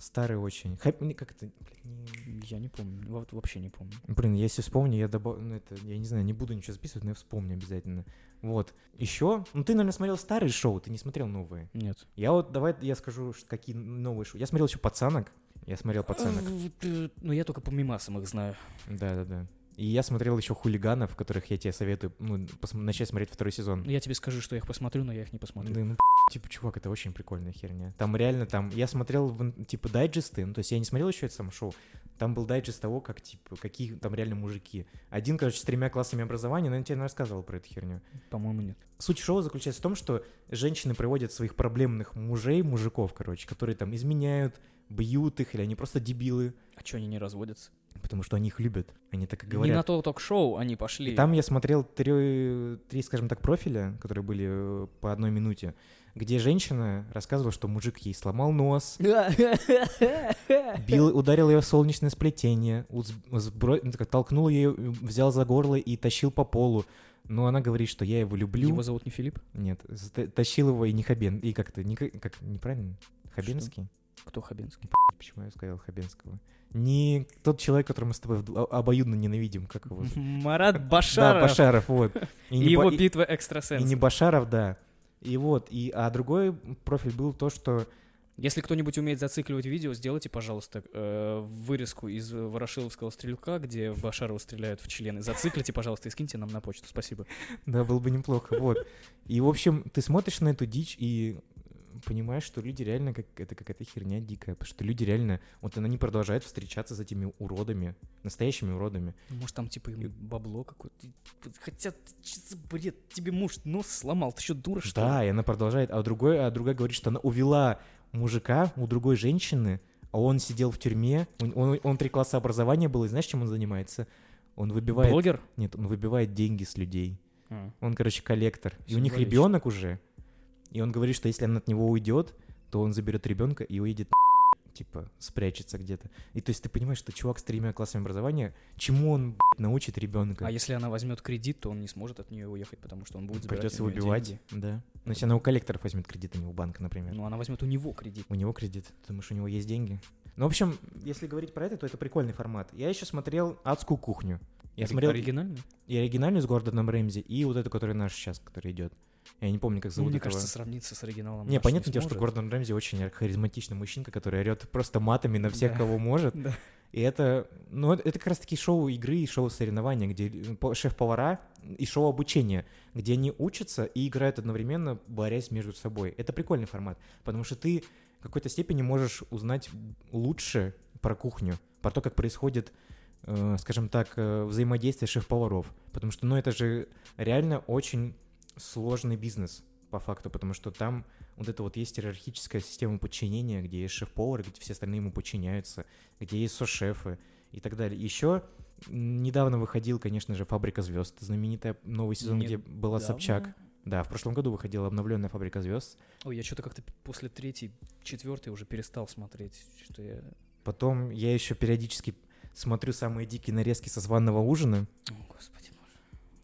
Старый очень. Хайп, не, как это? Блин, не-
Я не помню, вот вообще не помню.
Блин, я если вспомню, я добавлю, ну это, я не знаю, не буду ничего записывать, но я вспомню обязательно. Вот. Еще, ну ты, наверное, смотрел старые шоу, ты не смотрел новые.
Нет.
Я вот, давай я скажу, ш- какие новые шоу. Я смотрел еще «Пацанок». Я смотрел «Пацанок».
Э, Ну, я только по мимасам их знаю.
Да-да-да. И я смотрел еще «Хулиганов», которых я тебе советую ну, пос- начать смотреть второй сезон.
Ну, Я тебе скажу, что я их посмотрю, но я их не посмотрю.
Да, ну, типа, чувак, это очень прикольная херня. Там реально, там, я смотрел, в ин- типа, дайджесты, ну, то есть я не смотрел еще это сам шоу, там был дайджест того, как, типа, какие там реально мужики. Один, короче, с тремя классами образования, но я тебе наверное, рассказывал про эту херню.
По-моему, нет.
Суть шоу заключается в том, что женщины приводят своих проблемных мужей, мужиков, короче, которые там изменяют, бьют их, или они просто дебилы,
А что они не разводятся?
потому что они их любят. Они так и
Не
говорят.
на то ток-шоу они пошли.
И там я смотрел три, три, скажем так, профиля, которые были э, по одной минуте, где женщина рассказывала, что мужик ей сломал нос, бил, ударил ее в солнечное сплетение, уз- сбро- ну, так, толкнул ее, взял за горло и тащил по полу. Но она говорит, что я его люблю.
Его зовут не Филипп?
Нет, ста- тащил его и не Хабен... И как-то... Не... Ка- Как... Неправильно? Хабенский?
Кто Хабенский?
Почему я сказал Хабенского? Не тот человек, которого мы с тобой вдво- обоюдно ненавидим. Как его? зовут?
Марат
Да,
Башаров.
Башаров, вот.
И,
не
его
Ба- и-
битва
И
экстрасенсов.
не Башаров, да. И вот, и, а другой профиль был то, что...
Если кто-нибудь умеет зацикливать видео, сделайте, пожалуйста, э, вырезку из Ворошиловского стрелка, где в Башарова стреляют в члены. Зациклите, пожалуйста, и скиньте нам на почту. Спасибо.
Да, было бы неплохо, вот. И, в общем, ты смотришь на эту дичь и понимаешь, что люди реально, как это какая-то херня дикая, потому что люди реально, вот она не продолжает встречаться с этими уродами, настоящими уродами.
Может, там типа им бабло какое-то. Хотя, что за бред? Тебе муж нос сломал. Ты что, дура, что ли?
Да, и она продолжает, а другой, а другая говорит, что она увела мужика у другой женщины, а он сидел в тюрьме, он, он- он три класса образования был, и знаешь, чем он занимается? Он выбивает...
Блогер?
Нет, он выбивает деньги с людей.
А.
Он, короче, коллектор. И у них
Символично.
ребенок уже. И он говорит, что если она от него уйдет, то он заберет ребенка и уедет на типа спрячется где-то. И то есть ты понимаешь, что чувак с тремя классами образования, чему он блядь, научит ребенка?
А если она возьмет кредит, то он не сможет от нее уехать, потому что он будет забирать
Придется
у неё
выбивать.
деньги.
Да. Ну, если она у коллекторов возьмет кредит, а не у банка, например.
Ну, она возьмет у него кредит.
У него кредит, ты думаешь, у него есть деньги? Ну, в общем, если говорить про это, то это прикольный формат. Я еще смотрел «Адскую кухню». Я
Ори-
смотрел
оригинальный.
и оригинальную с Гордоном Рэмзи, и вот эту, которая наш сейчас, которая идет. Я не помню, как
Ну,
зовут
мне
этого.
кажется, сравниться с оригиналом.
Не,
наш
понятно дело, что
сможет.
Гордон Рэмзи очень харизматичный мужчинка, который орет просто матами на всех,
Да.
кого может.
Да.
И это, ну, это это как раз таки шоу игры и шоу соревнования, где э, по- шеф-повара и шоу обучения, где они учатся и играют одновременно, борясь между собой. Это прикольный формат, потому что ты в какой-то степени можешь узнать лучше про кухню, про то, как происходит, э, скажем так, э, взаимодействие шеф-поваров. Потому что, ну, это же реально очень сложный бизнес по факту, потому что там вот это вот есть иерархическая система подчинения, где есть шеф-повар, где все остальные ему подчиняются, где есть со-шефы и так далее. Еще недавно выходил, конечно же, «Фабрика звезд», знаменитая новый сезон, где была
Недавно?
Собчак. Да, в прошлом году выходила обновленная «Фабрика звезд».
Ой, я что-то как-то после третьей, четвертой уже перестал смотреть, что я...
Потом я еще периодически смотрю самые дикие нарезки со званого ужина,
О, господи боже.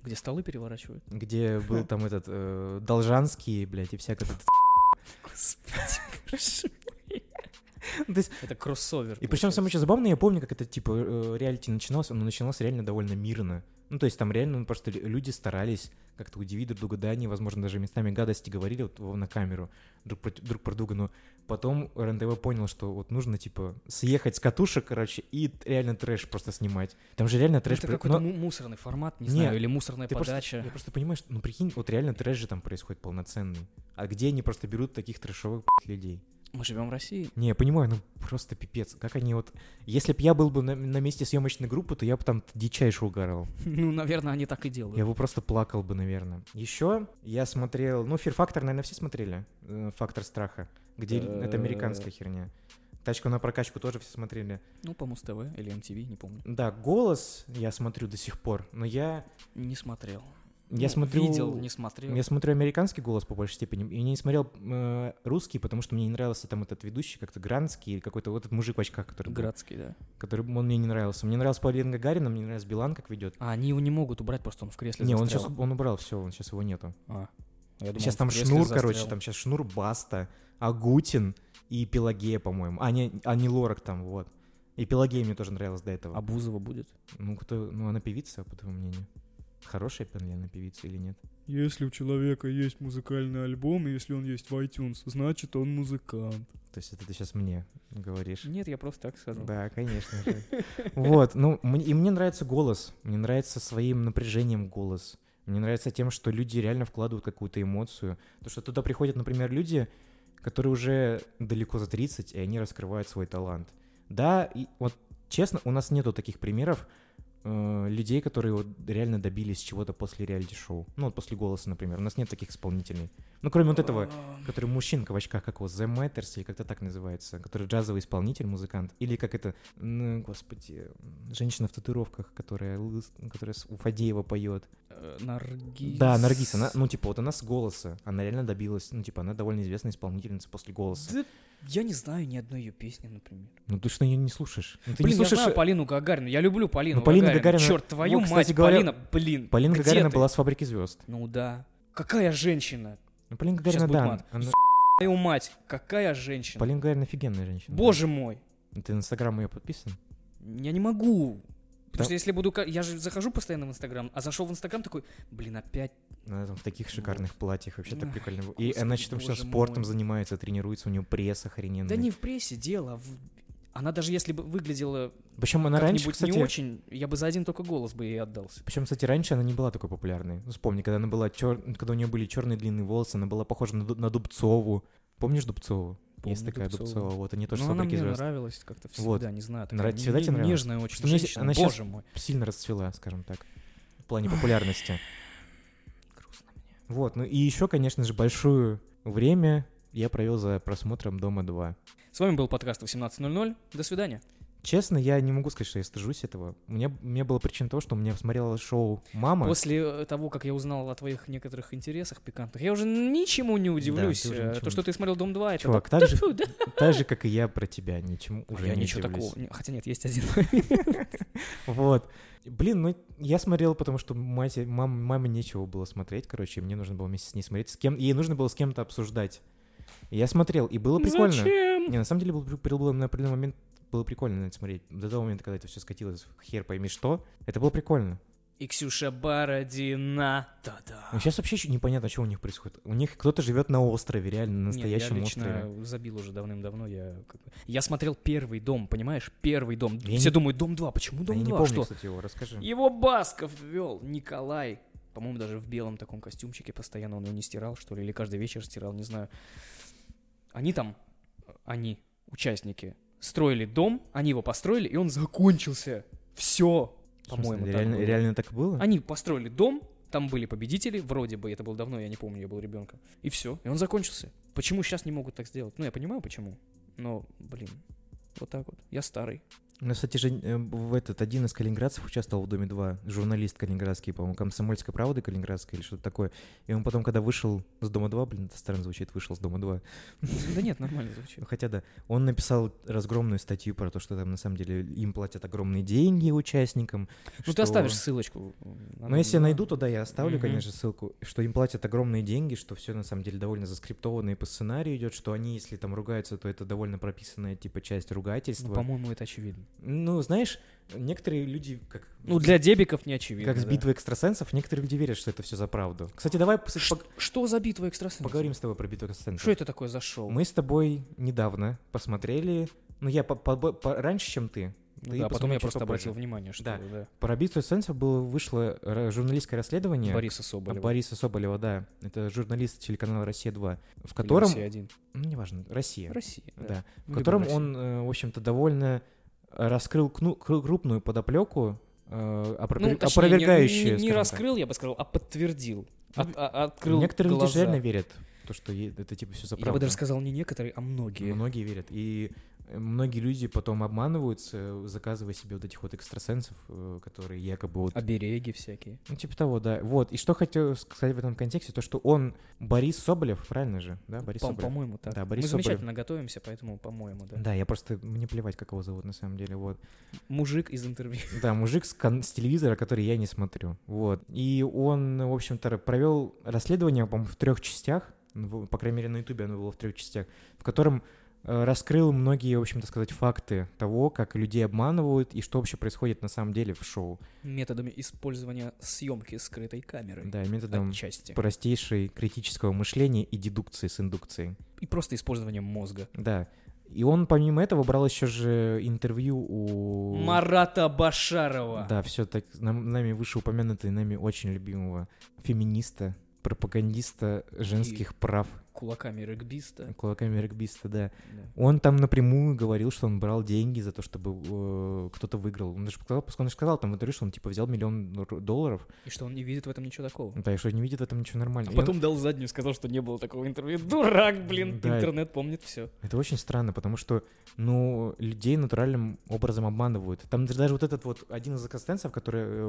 Где столы переворачивают?
где был там этот э, Должанский, блядь, и всякая
Господи. боже мой.
То есть
Это кроссовер.
И причем самое
получается.
еще забавное, я помню, как это типа э, реалити начиналось, оно начиналось реально довольно мирно. Ну, то есть там реально ну, просто лю- люди старались как-то удивить друг друга, да, они, возможно, даже местами гадости говорили вот во- на камеру друг, против- друг про друга, но потом РНТВ понял, что вот нужно, типа, съехать с катушек, короче, и т- реально трэш просто снимать. Там же реально трэш...
Ну, Это
про-
какой-то
но
му- мусорный формат, не
Не,
знаю, или мусорная
ты просто-
подача.
я просто понимаю, что, ну, прикинь, вот реально трэш же там происходит полноценный. А где они просто берут таких трэшовых блядь, людей?
Мы живем в России.
Не, я понимаю, ну просто пипец. Как они вот... Если бы я был бы на, на месте съемочной группы, то я бы там дичайше угорал.
Ну, наверное, они так и делают.
Я бы просто плакал бы, наверное. Еще я смотрел... Ну, Fear Factor, наверное, все смотрели. э, Фактор страха. Где л- это
Э.
американская херня. Тачку на прокачку тоже все смотрели.
Ну, по Муз-ТВ или МТВ, не помню.
Да, голос я смотрю до сих пор, но я...
Не смотрел.
Я
Ну,
смотрю...
Видел, не смотрел.
Я смотрю американский голос по большей степени. И не смотрел э, русский, потому что мне не нравился там этот ведущий, как-то Гранский или какой-то вот этот мужик в очках, который был.
Градский, да.
который он мне не нравился. Мне нравился Павлин Гагарин, а мне не нравился Билан, как ведет.
А, они его не могут убрать, просто он в кресле
Не, он
застрял.
сейчас он убрал все, он сейчас его нету.
А, я думал,
сейчас
он в
там
кресле
шнур,
застрял.
короче, там сейчас шнур Баста, Агутин и Пелагея, по-моему. А не, а не Лорак там, вот. И Пелагея мне тоже нравилась до этого.
А Бузова будет?
Ну, кто, ну, она певица, по твоему мнению. Хорошая Пенлена певица или нет?
Если у человека есть музыкальный альбом, и если он есть в iTunes, значит он музыкант.
То есть это ты сейчас мне говоришь.
Нет, я просто так сказал.
Да, конечно же. Вот, ну, м- и мне нравится голос. Мне нравится своим напряжением голос. Мне нравится тем, что люди реально вкладывают какую-то эмоцию. То, что туда приходят, например, люди, которые уже далеко за 30, и они раскрывают свой талант. Да, и вот честно, у нас нету таких примеров э, людей, которые вот реально добились чего-то после реалити-шоу. Ну, вот после «Голоса», например. У нас нет таких исполнителей. Ну, кроме вот этого, который мужчинка в очках, как его, The Matters, или как-то так называется, который джазовый исполнитель, музыкант, или как это, ну, господи, женщина в татуировках, которая, лыс- которая с- у Фадеева поет.
Э, Наргиз.
Да, Наргиз, она, ну, типа, вот она с голоса, она реально добилась, ну, типа, она довольно известная исполнительница после голоса.
Да Я не знаю ни одной ее песни, например.
Ну, ты что, ее не слушаешь? Ну, ты
блин,
не слушаешь...
я знаю Полину Гагарину. Я люблю Полину
Ну, Полина
Гагарину.
Гагарина-
Черт, твою
вот, кстати
мать,
говоря,
Полина, блин.
Полина
где
Гагарина
ты?
была с «Фабрики звезд».
Ну да. Какая женщина?
Ну, Полина
Сейчас
Гагарина,
будет
да,
мат.
она-
Твою мать, какая женщина?
Полина Гагарина офигенная женщина.
Боже мой.
да. Ты на Инстаграм ее подписан?
Я не могу.
Да.
Потому что если буду... ка- Я же захожу постоянно в Инстаграм, а зашел в Инстаграм такой, блин, опять...
Она там в таких шикарных платьях, вообще так
Ах,
прикольно. И она
господи,
что там сейчас
боже
спортом
мой.
занимается, тренируется, у нее пресс охрененный.
Да не в прессе дело. а в- Она даже если бы выглядела
Причем она
как-нибудь
раньше, кстати,
не очень, я бы за один только голос бы ей отдался.
Причем, кстати, раньше она не была такой популярной. Ну, вспомни, когда она была чер... когда у нее были черные длинные волосы, она была похожа на, Ду- на Дубцову. Помнишь Дубцову? Есть
Помню
такая
Дубцову.
Дубцова. Вот они тоже
Но
с
она
фабрики
мне
звезд.
нравилась как-то всегда,
Вот.
не знаю.
Нравится-
такая
всегда
не-
тебе нравилась?
Нежная
Потому
очень
что мне се-
женщина,
она щас-
боже мой.
Сильно расцвела, скажем так, в плане популярности.
Грустно мне.
Вот, ну и еще, конечно же, большое время я провел за просмотром «Дома 2».
С вами был подкаст 18.00. До свидания.
Честно, я не могу сказать, что я стыжусь этого. У меня, у меня была причина того, что у меня смотрела шоу «Мама».
После э, того, как я узнал о твоих некоторых интересах пикантных, я уже ничему не удивлюсь.
ты уже
Э,
ничему
То,
не-
что ты смотрел «Дом 2», это
Чувак,
так-
так же-
Тьфу, да. А
Так же, как и я про тебя, ничему уже
Я
не
ничего
удивлюсь.
такого. не- Хотя нет, есть один.
Вот. Блин, ну я смотрел, потому что мать, мам, маме нечего было смотреть, короче, и мне нужно было вместе с ней смотреть, с кем, ей нужно было с кем-то обсуждать. И Я смотрел, и было прикольно.
Зачем?
Не, на самом деле был, при- был- был на определенный момент было прикольно на это смотреть. До того момента, когда это все скатилось в хер пойми что, это было прикольно.
И Ксюша Бородина. Да-да.
Но сейчас вообще ещё непонятно, что у них происходит. У них кто-то живет на острове, реально, на
Не,
настоящем
я лично
острове.
забил уже давным-давно. Я, как бы- я смотрел первый дом, понимаешь? Первый дом.
Я
Все
не-
думают, дом 2. Почему
А я
дом
не
2?
помню,
Что?
кстати, его, расскажи.
Его Басков вел, Николай. По-моему, даже в белом таком костюмчике постоянно он его не стирал, что ли, или каждый вечер стирал, не знаю. Они там, э, они, участники, строили дом, они его построили, и он закончился. Все,
В смысле,
по-моему, так
реально,
было.
реально так было?
Они построили дом, там были победители, вроде бы, это было давно, я не помню, я был ребенком. И все, и он закончился. Почему сейчас не могут так сделать? Ну, я понимаю, почему, но, блин, вот так вот. Я старый.
Ну, кстати же, э, в этот один из калининградцев участвовал в «Доме-2», журналист калининградский, по-моему, «Комсомольская правда» калининградская или что-то такое. И он потом, когда вышел с «Дома-2», блин, это странно звучит, вышел с «Дома-2».
Да нет, нормально звучит.
Ну, Хотя да, он написал разгромную статью про то, что там на самом деле им платят огромные деньги участникам.
Ну, ты
что-
оставишь ссылочку. Она
ну, если я
нужна?
найду, то да, я оставлю,
Мгм.
конечно, ссылку, что им платят огромные деньги, что все на самом деле довольно заскриптованно и по сценарию идет, что они, если там ругаются, то это довольно прописанная типа часть ругательства.
Ну, по-моему, это очевидно.
Ну, знаешь, некоторые люди как...
Ну, для дебиков не очевидно.
Как с
да.
битвы экстрасенсов, некоторые люди верят, что это все за правду. Кстати, давай кстати, пог-
Что за битва экстрасенсов?
поговорим с тобой про битву экстрасенсов.
Что это такое за шоу?
Мы с тобой недавно посмотрели, ну я по- по- по- раньше, чем ты.
Ну
Ты
да, потом я
посмотрел чуть
просто
попозже.
обратил внимание, что...
Да.
да.
Про битву экстрасенсов было вышло ра- журналистское расследование
Бориса Соболева.
Бориса Соболева, А да. Это журналист телеканала Россия 2, в котором
Россия один.
ну, неважно, Россия.
Россия, да.
да.
Ну,
В
либо
котором
Россия.
он, э, в общем-то, довольно э, раскрыл кну- кру- крупную подоплеку, э, опровер-
Ну, точнее, не-
опровергающую.
Не, не
скажем так.
раскрыл, я бы сказал, а подтвердил.
Ну,
От- а- открыл
Некоторые люди
глаза.
же реально верят, то, что е- это типа все за
Я бы
правду.
даже сказал не некоторые, а многие.
Многие верят. И э, многие люди потом обманываются, э, заказывая себе вот этих вот экстрасенсов, э, которые якобы вот...
Обереги всякие.
Ну, типа того, да. Вот. И что хотел сказать в этом контексте, то, что он Борис Соболев, правильно же, да? Борис
По-
Соболев.
По-моему, так.
Да, Борис
Мы
Соболев.
замечательно готовимся, поэтому, по-моему, да.
Да, я просто... Мне плевать, как его зовут на самом деле, вот.
Мужик из интервью.
Да, мужик с, кон- с телевизора, который я не смотрю. Вот. И он, в общем-то, провел расследование, по-моему, в трех частях. ну, В- По крайней мере, на Ютубе оно было в трех частях, в котором э, раскрыл многие, в общем-то, сказать, факты того, как людей обманывают и что вообще происходит на самом деле в шоу.
Методами использования съемки скрытой камеры.
Да, методом
Отчасти.
простейшей критического мышления и дедукции с индукцией.
И просто использование мозга.
Да. И он, помимо этого, брал еще же интервью у...
Марата Башарова.
Да, все так, нам, нами вышеупомянутый, нами очень любимого феминиста, пропагандиста женских прав,
Кулаками регбиста.
кулаками регбиста, да.
Да.
Он там напрямую говорил, что он брал деньги за то, чтобы э, кто-то выиграл. Он даже сказал, он же сказал там в интервью, что он типа взял миллион ру- долларов,
И что он не видит в этом ничего такого.
да, и что не видит в этом ничего
А
нормального. И он-
потом дал заднюю, сказал, что не было такого интервью. Дурак, блин,
Да.
интернет помнит все.
Это очень странно, потому что, ну, людей натуральным образом обманывают. Там даже вот этот вот один из экстрасенсов, который э,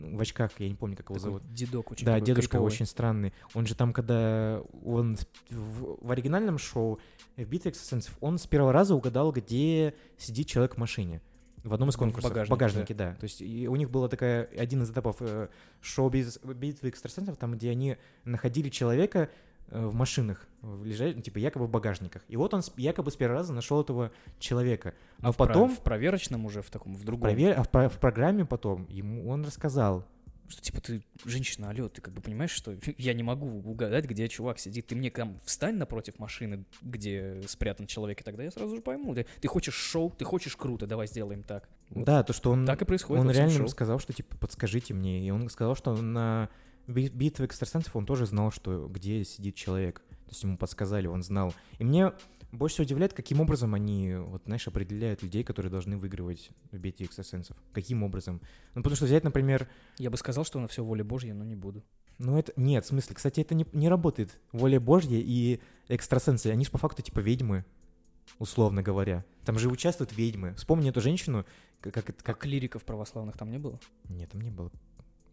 в очках, я не помню, как его
Такой
зовут.
дедок очень
Да,
такой
дедушка
криповый.
очень странный. Он же там, когда он с- в, в оригинальном шоу в «Битве экстрасенсов», он с первого раза угадал, где сидит человек в машине. В одном из
В
конкурсов.
багажнике,
В багажнике, да. То есть и у них была такая, один из этапов э, шоу «Биз- «Битвы экстрасенсов», там, где они находили человека э, в машинах, в лежа- типа якобы в багажниках. И вот он с- якобы с первого раза нашел этого человека. Но
Про-
потом,
Ну, в проверочном уже, в таком, в другом.
провер- а в, про- в программе потом, ему он рассказал,
Что типа ты женщина, алё, ты как бы понимаешь, что я не могу угадать, где чувак сидит. Ты мне там встань напротив машины, где спрятан человек, и тогда я сразу же пойму. Ты, ты хочешь шоу, ты хочешь круто, давай сделаем так. Вот.
Да, то, что он...
Так и происходит
Он
во всем
реально
шоу.
им сказал, что, типа, подскажите мне. И он сказал, что на би- битве экстрасенсов он тоже знал, что где сидит человек. То есть ему подсказали, он знал. И мне больше всего удивляет, каким образом они, вот, знаешь, определяют людей, которые должны выигрывать в битве экстрасенсов. Каким образом? Ну, потому что взять, например...
Я бы сказал, что на все воля Божья, но не буду.
Ну, это... Нет, в смысле, кстати, это не, не работает. Воля Божья и экстрасенсы, они же по факту, типа, ведьмы, условно говоря. Там же участвуют ведьмы. Вспомни эту женщину, к- как, это- как
Как лириков православных там не было?
нет, там не было.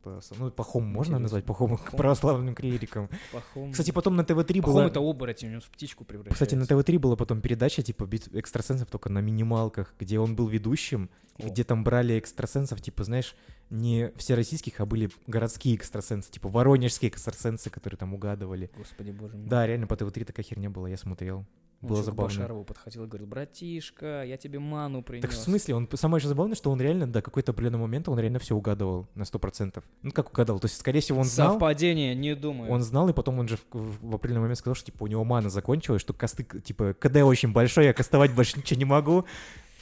православ- Ну, пахом можно
Интересно.
назвать пахом
Пахом.
православным клириком.
Пахом...
Кстати, потом на ТВ-3
Пахом
было...
это оборотень, он в птичку превращается.
Кстати, на ТВ-3 была потом передача типа «Бит экстрасенсов» только на минималках, где он был ведущим,
О.
где там брали экстрасенсов, типа, знаешь, не всероссийских, а были городские экстрасенсы, типа воронежские экстрасенсы, которые там угадывали.
Господи боже мой.
Да, реально по ТВ-3 такая херня была, я смотрел.
Он
Было
ещё к
забавно.
Башарову подходил и говорил, братишка, я тебе ману принес.
Так в смысле, он самое же забавное, что он реально до какой-то определенного момента он реально все угадывал на 100%. Ну как угадал? То есть, скорее всего, он знал.
Совпадение, не думаю.
Он знал, и потом он же в, в- в определенный момент сказал, что типа у него мана закончилась, что косты, к- типа, КД очень большой, я кастовать больше ничего не могу.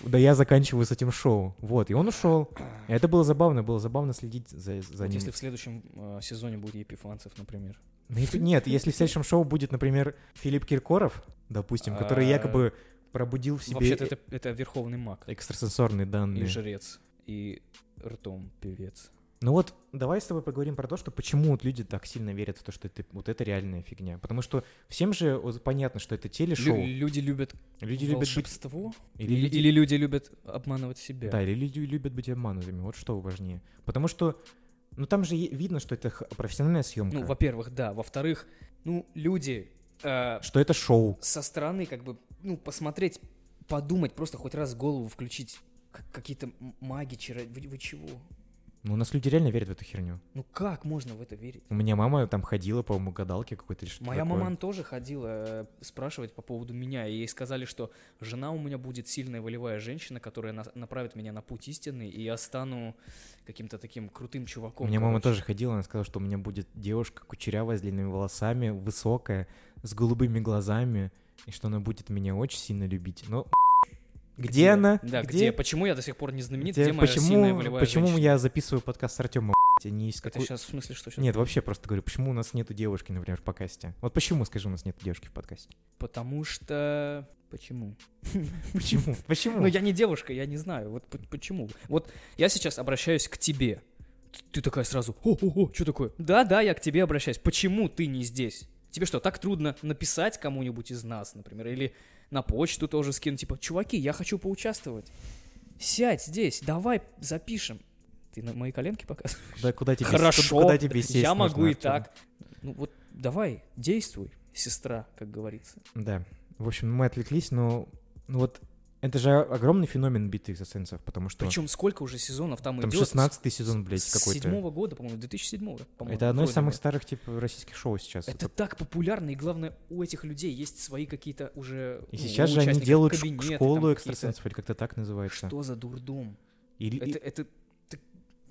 Да я заканчиваю с этим шоу. Вот, и он ушел. И это было забавно, было забавно следить за, за
Вот
ним.
если в следующем э, сезоне будет Епифанцев, например.
Ну, и- Нет, если в следующем шоу будет, например, Филипп Киркоров, допустим, который
А,
якобы пробудил в себе
Ну, Вообще-то это, это верховный маг
экстрасенсорные
и
данные.
жрец, и ртом певец.
Ну вот, давай с тобой поговорим про то, что почему вот люди так сильно верят в то, что это вот это реальная фигня. Потому что всем же вот понятно, что это телешоу.
Лю- люди любят
люди любят быть...
волшебство?
Или
Или,
люди-
или люди любят обманывать себя?
Да, или люди любят быть обманутыми. Вот что важнее. Потому что, ну там же е- видно, что это х- профессиональная съемка.
Ну, во-первых, да. Во-вторых, ну, люди э,
что это шоу.
со стороны как бы, ну, посмотреть, подумать, просто хоть раз голову включить. Как- какие-то м- маги, чара... Вы, вы чего?
Ну, у нас люди реально верят в эту херню.
Ну, как можно в это верить?
У меня мама там ходила, по-моему, гадалки какой-то или что
Моя
такое.
маман тоже ходила э, спрашивать по поводу меня, и ей сказали, что жена у меня будет сильная волевая женщина, которая на- направит меня на путь истинный, и я стану каким-то таким крутым
У
чуваком.
меня мама
короче.
тоже ходила, она сказала, что у меня будет девушка кучерявая, с длинными волосами, высокая, с голубыми глазами, и что она будет меня очень сильно любить. Но где, она?
Да, где? Почему я до сих пор не знаменит?
где-
Где, моя сильная
почему
волевая
почему
женщина?
я записываю подкаст с Артемом? А не из
Это
какой-
щас в смысле, что щас
Нет,
было?
вообще просто говорю, почему у нас нету девушки, например, в подкасте? Вот почему, скажи, у нас нету девушки в подкасте?
Потому что... Почему?
Почему? Почему?
Ну, я не девушка, я не знаю. Вот п- почему? Вот я сейчас обращаюсь к тебе. Т- Ты такая сразу, о-о-о, что такое? Да-да, я к тебе обращаюсь. Почему ты не здесь? Тебе что, так трудно написать кому-нибудь из нас, например, или на почту тоже скинуть, типа, чуваки, я хочу поучаствовать. Сядь здесь, давай запишем. Ты на мои коленки показываешь?
Куда, куда тебе,
Хорошо,
куда тебе сесть
я
нужно,
могу и
Артём?
так. Ну вот давай, действуй, сестра, как говорится.
Да. В общем, мы отвлеклись, но ну вот это же огромный феномен битвы экстрасенсов, потому что...
Причем сколько уже сезонов там,
Там
идет?
16-й сезон, блядь,
С
какой-то.
седьмого года, по-моему, 2007 по-моему.
это одно из
вроде
самых
бы.
старых, типа, российских шоу сейчас.
Это так популярно, и главное, у этих людей есть свои какие-то уже...
И
ну,
сейчас
у
же они
участников
делают ш-
кабинеты там
школу
какие-то.
экстрасенсов, или как-то так называется.
Что за дурдом?
Или-
Это, это так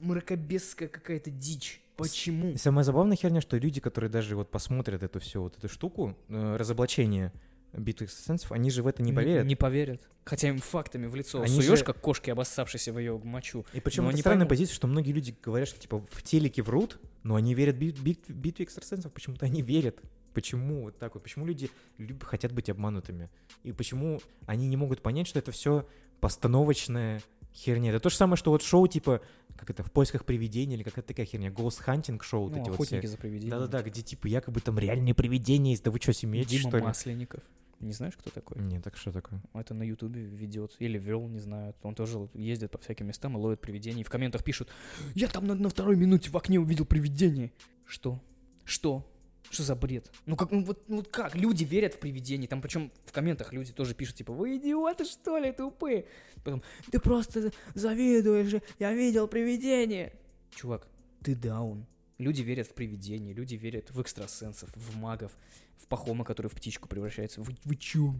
мракобесская какая-то дичь. Почему?
И самая забавная херня, что люди, которые даже вот посмотрят эту всю вот эту штуку, э, разоблачение битвы экстрасенсов, они же в это не
Н-
поверят.
Не поверят. Хотя им фактами в лицо
Они
суешь,
же-
как кошки, обоссавшиеся в ее мочу.
И причем
Но
это
они
странная
поймут.
позиция, что многие люди говорят, что типа в телеке врут, но они верят би- бит- битве экстрасенсов, почему-то они верят. Почему вот так вот? Почему люди люб- хотят быть обманутыми? И почему они не могут понять, что это все постановочная херня? Это то же самое, что вот шоу типа, как это, в поисках привидений или какая-то такая херня, Ghost Hunting шоу. вот
Ну,
эти вот
«Охотники
все.
за привидениями».
Да-да-да, где типа якобы там реальные привидения есть, да вы что, семьете
Дима
что ли?
Масленников. Не знаешь, кто такой?
Нет, так что такое?
Это на Ютубе ведет или вел, не знаю. Он тоже ездит по всяким местам и ловит привидений. В комментах пишут: Я там на, на второй минуте в окне увидел привидение. Что? Что? Что за бред? Ну как, ну вот, ну вот как? Люди верят в привидения. Там причем в комментах люди тоже пишут, типа, вы идиоты, что ли, тупые? Потом, ты просто завидуешь, я видел привидение. Чувак, ты даун. Люди верят в привидения, люди верят в экстрасенсов, в магов, в пахома, который в птичку превращается. Вы, вы чё?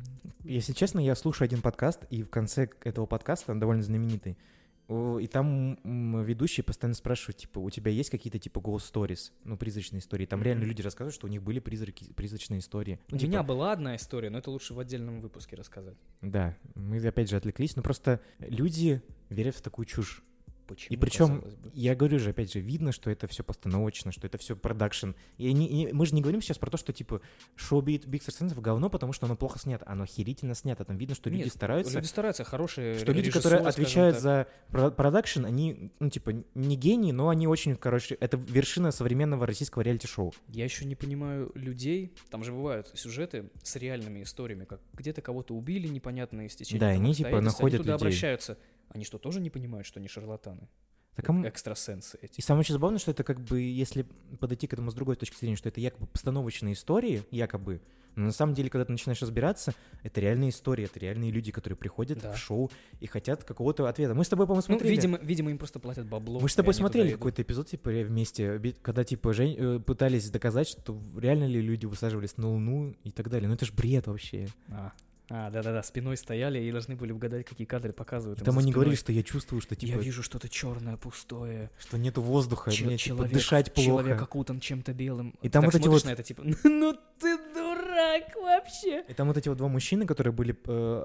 Если честно, я слушаю один подкаст, и в конце к- этого подкаста, он довольно знаменитый, о, и там м, ведущие постоянно спрашивают, типа, у тебя есть какие-то, типа, ghost stories, ну, призрачные истории? Там реально
Мгм.
люди рассказывают, что у них были призраки, призрачные истории.
У
Ну, типа,
меня была одна история, но это лучше в отдельном выпуске рассказать.
Да, мы опять же отвлеклись, но просто люди верят в такую чушь.
Почему,
и причем,
казалось бы?
я говорю же, опять же, видно, что это все постановочно, что это все продакшн. И, они- и мы же не говорим сейчас про то, что типа шоу Биг Сенсов говно, потому что оно плохо снято. Оно охерительно снято. Там видно, что люди
Нет,
стараются.
Люди стараются, хорошие
Что люди,
режиссуры,
которые
скажем
отвечают
так.
за про- продакшн, они, ну, типа, не гении, но они очень, короче, это вершина современного российского реалити-шоу.
Я еще не понимаю людей, там же бывают сюжеты с реальными историями, как где-то кого-то убили непонятно из течения
Да,
там
они, типа,
обстоятельств,
находят
они туда
людей.
обращаются. Они что, тоже не понимают, что они шарлатаны?
Так, а м-
Экстрасенсы эти.
И самое еще забавное, что это как бы, если подойти к этому с другой точки зрения, что это якобы постановочные истории, якобы, но на самом деле, когда ты начинаешь разбираться, это реальные истории, это реальные люди, которые приходят
Да.
в шоу и хотят какого-то ответа. Мы с тобой, по-моему,
Ну,
смотрели.
видимо, видимо, им просто платят бабло.
Мы с
и
тобой
они туда
смотрели
идут.
какой-то эпизод, типа, ре- вместе, би- когда, типа, жен- э, пытались доказать, что реально ли люди высаживались на Луну и так далее. Ну, это ж бред вообще.
А, А, да-да-да, спиной стояли и должны были угадать, какие кадры показывают.
И
им
там
за
они говорили,
спиной.
что я чувствую, что,
Я
типа,
вижу что-то черное, пустое.
что нету воздуха,
Че-
мне, типа,
человек,
дышать плохо.
Человек окутан чем-то белым.
И там
так
вот эти
смотришь
вот-
на это, типа, ну ты дурак вообще.
И там вот эти вот два мужчины, которые были э,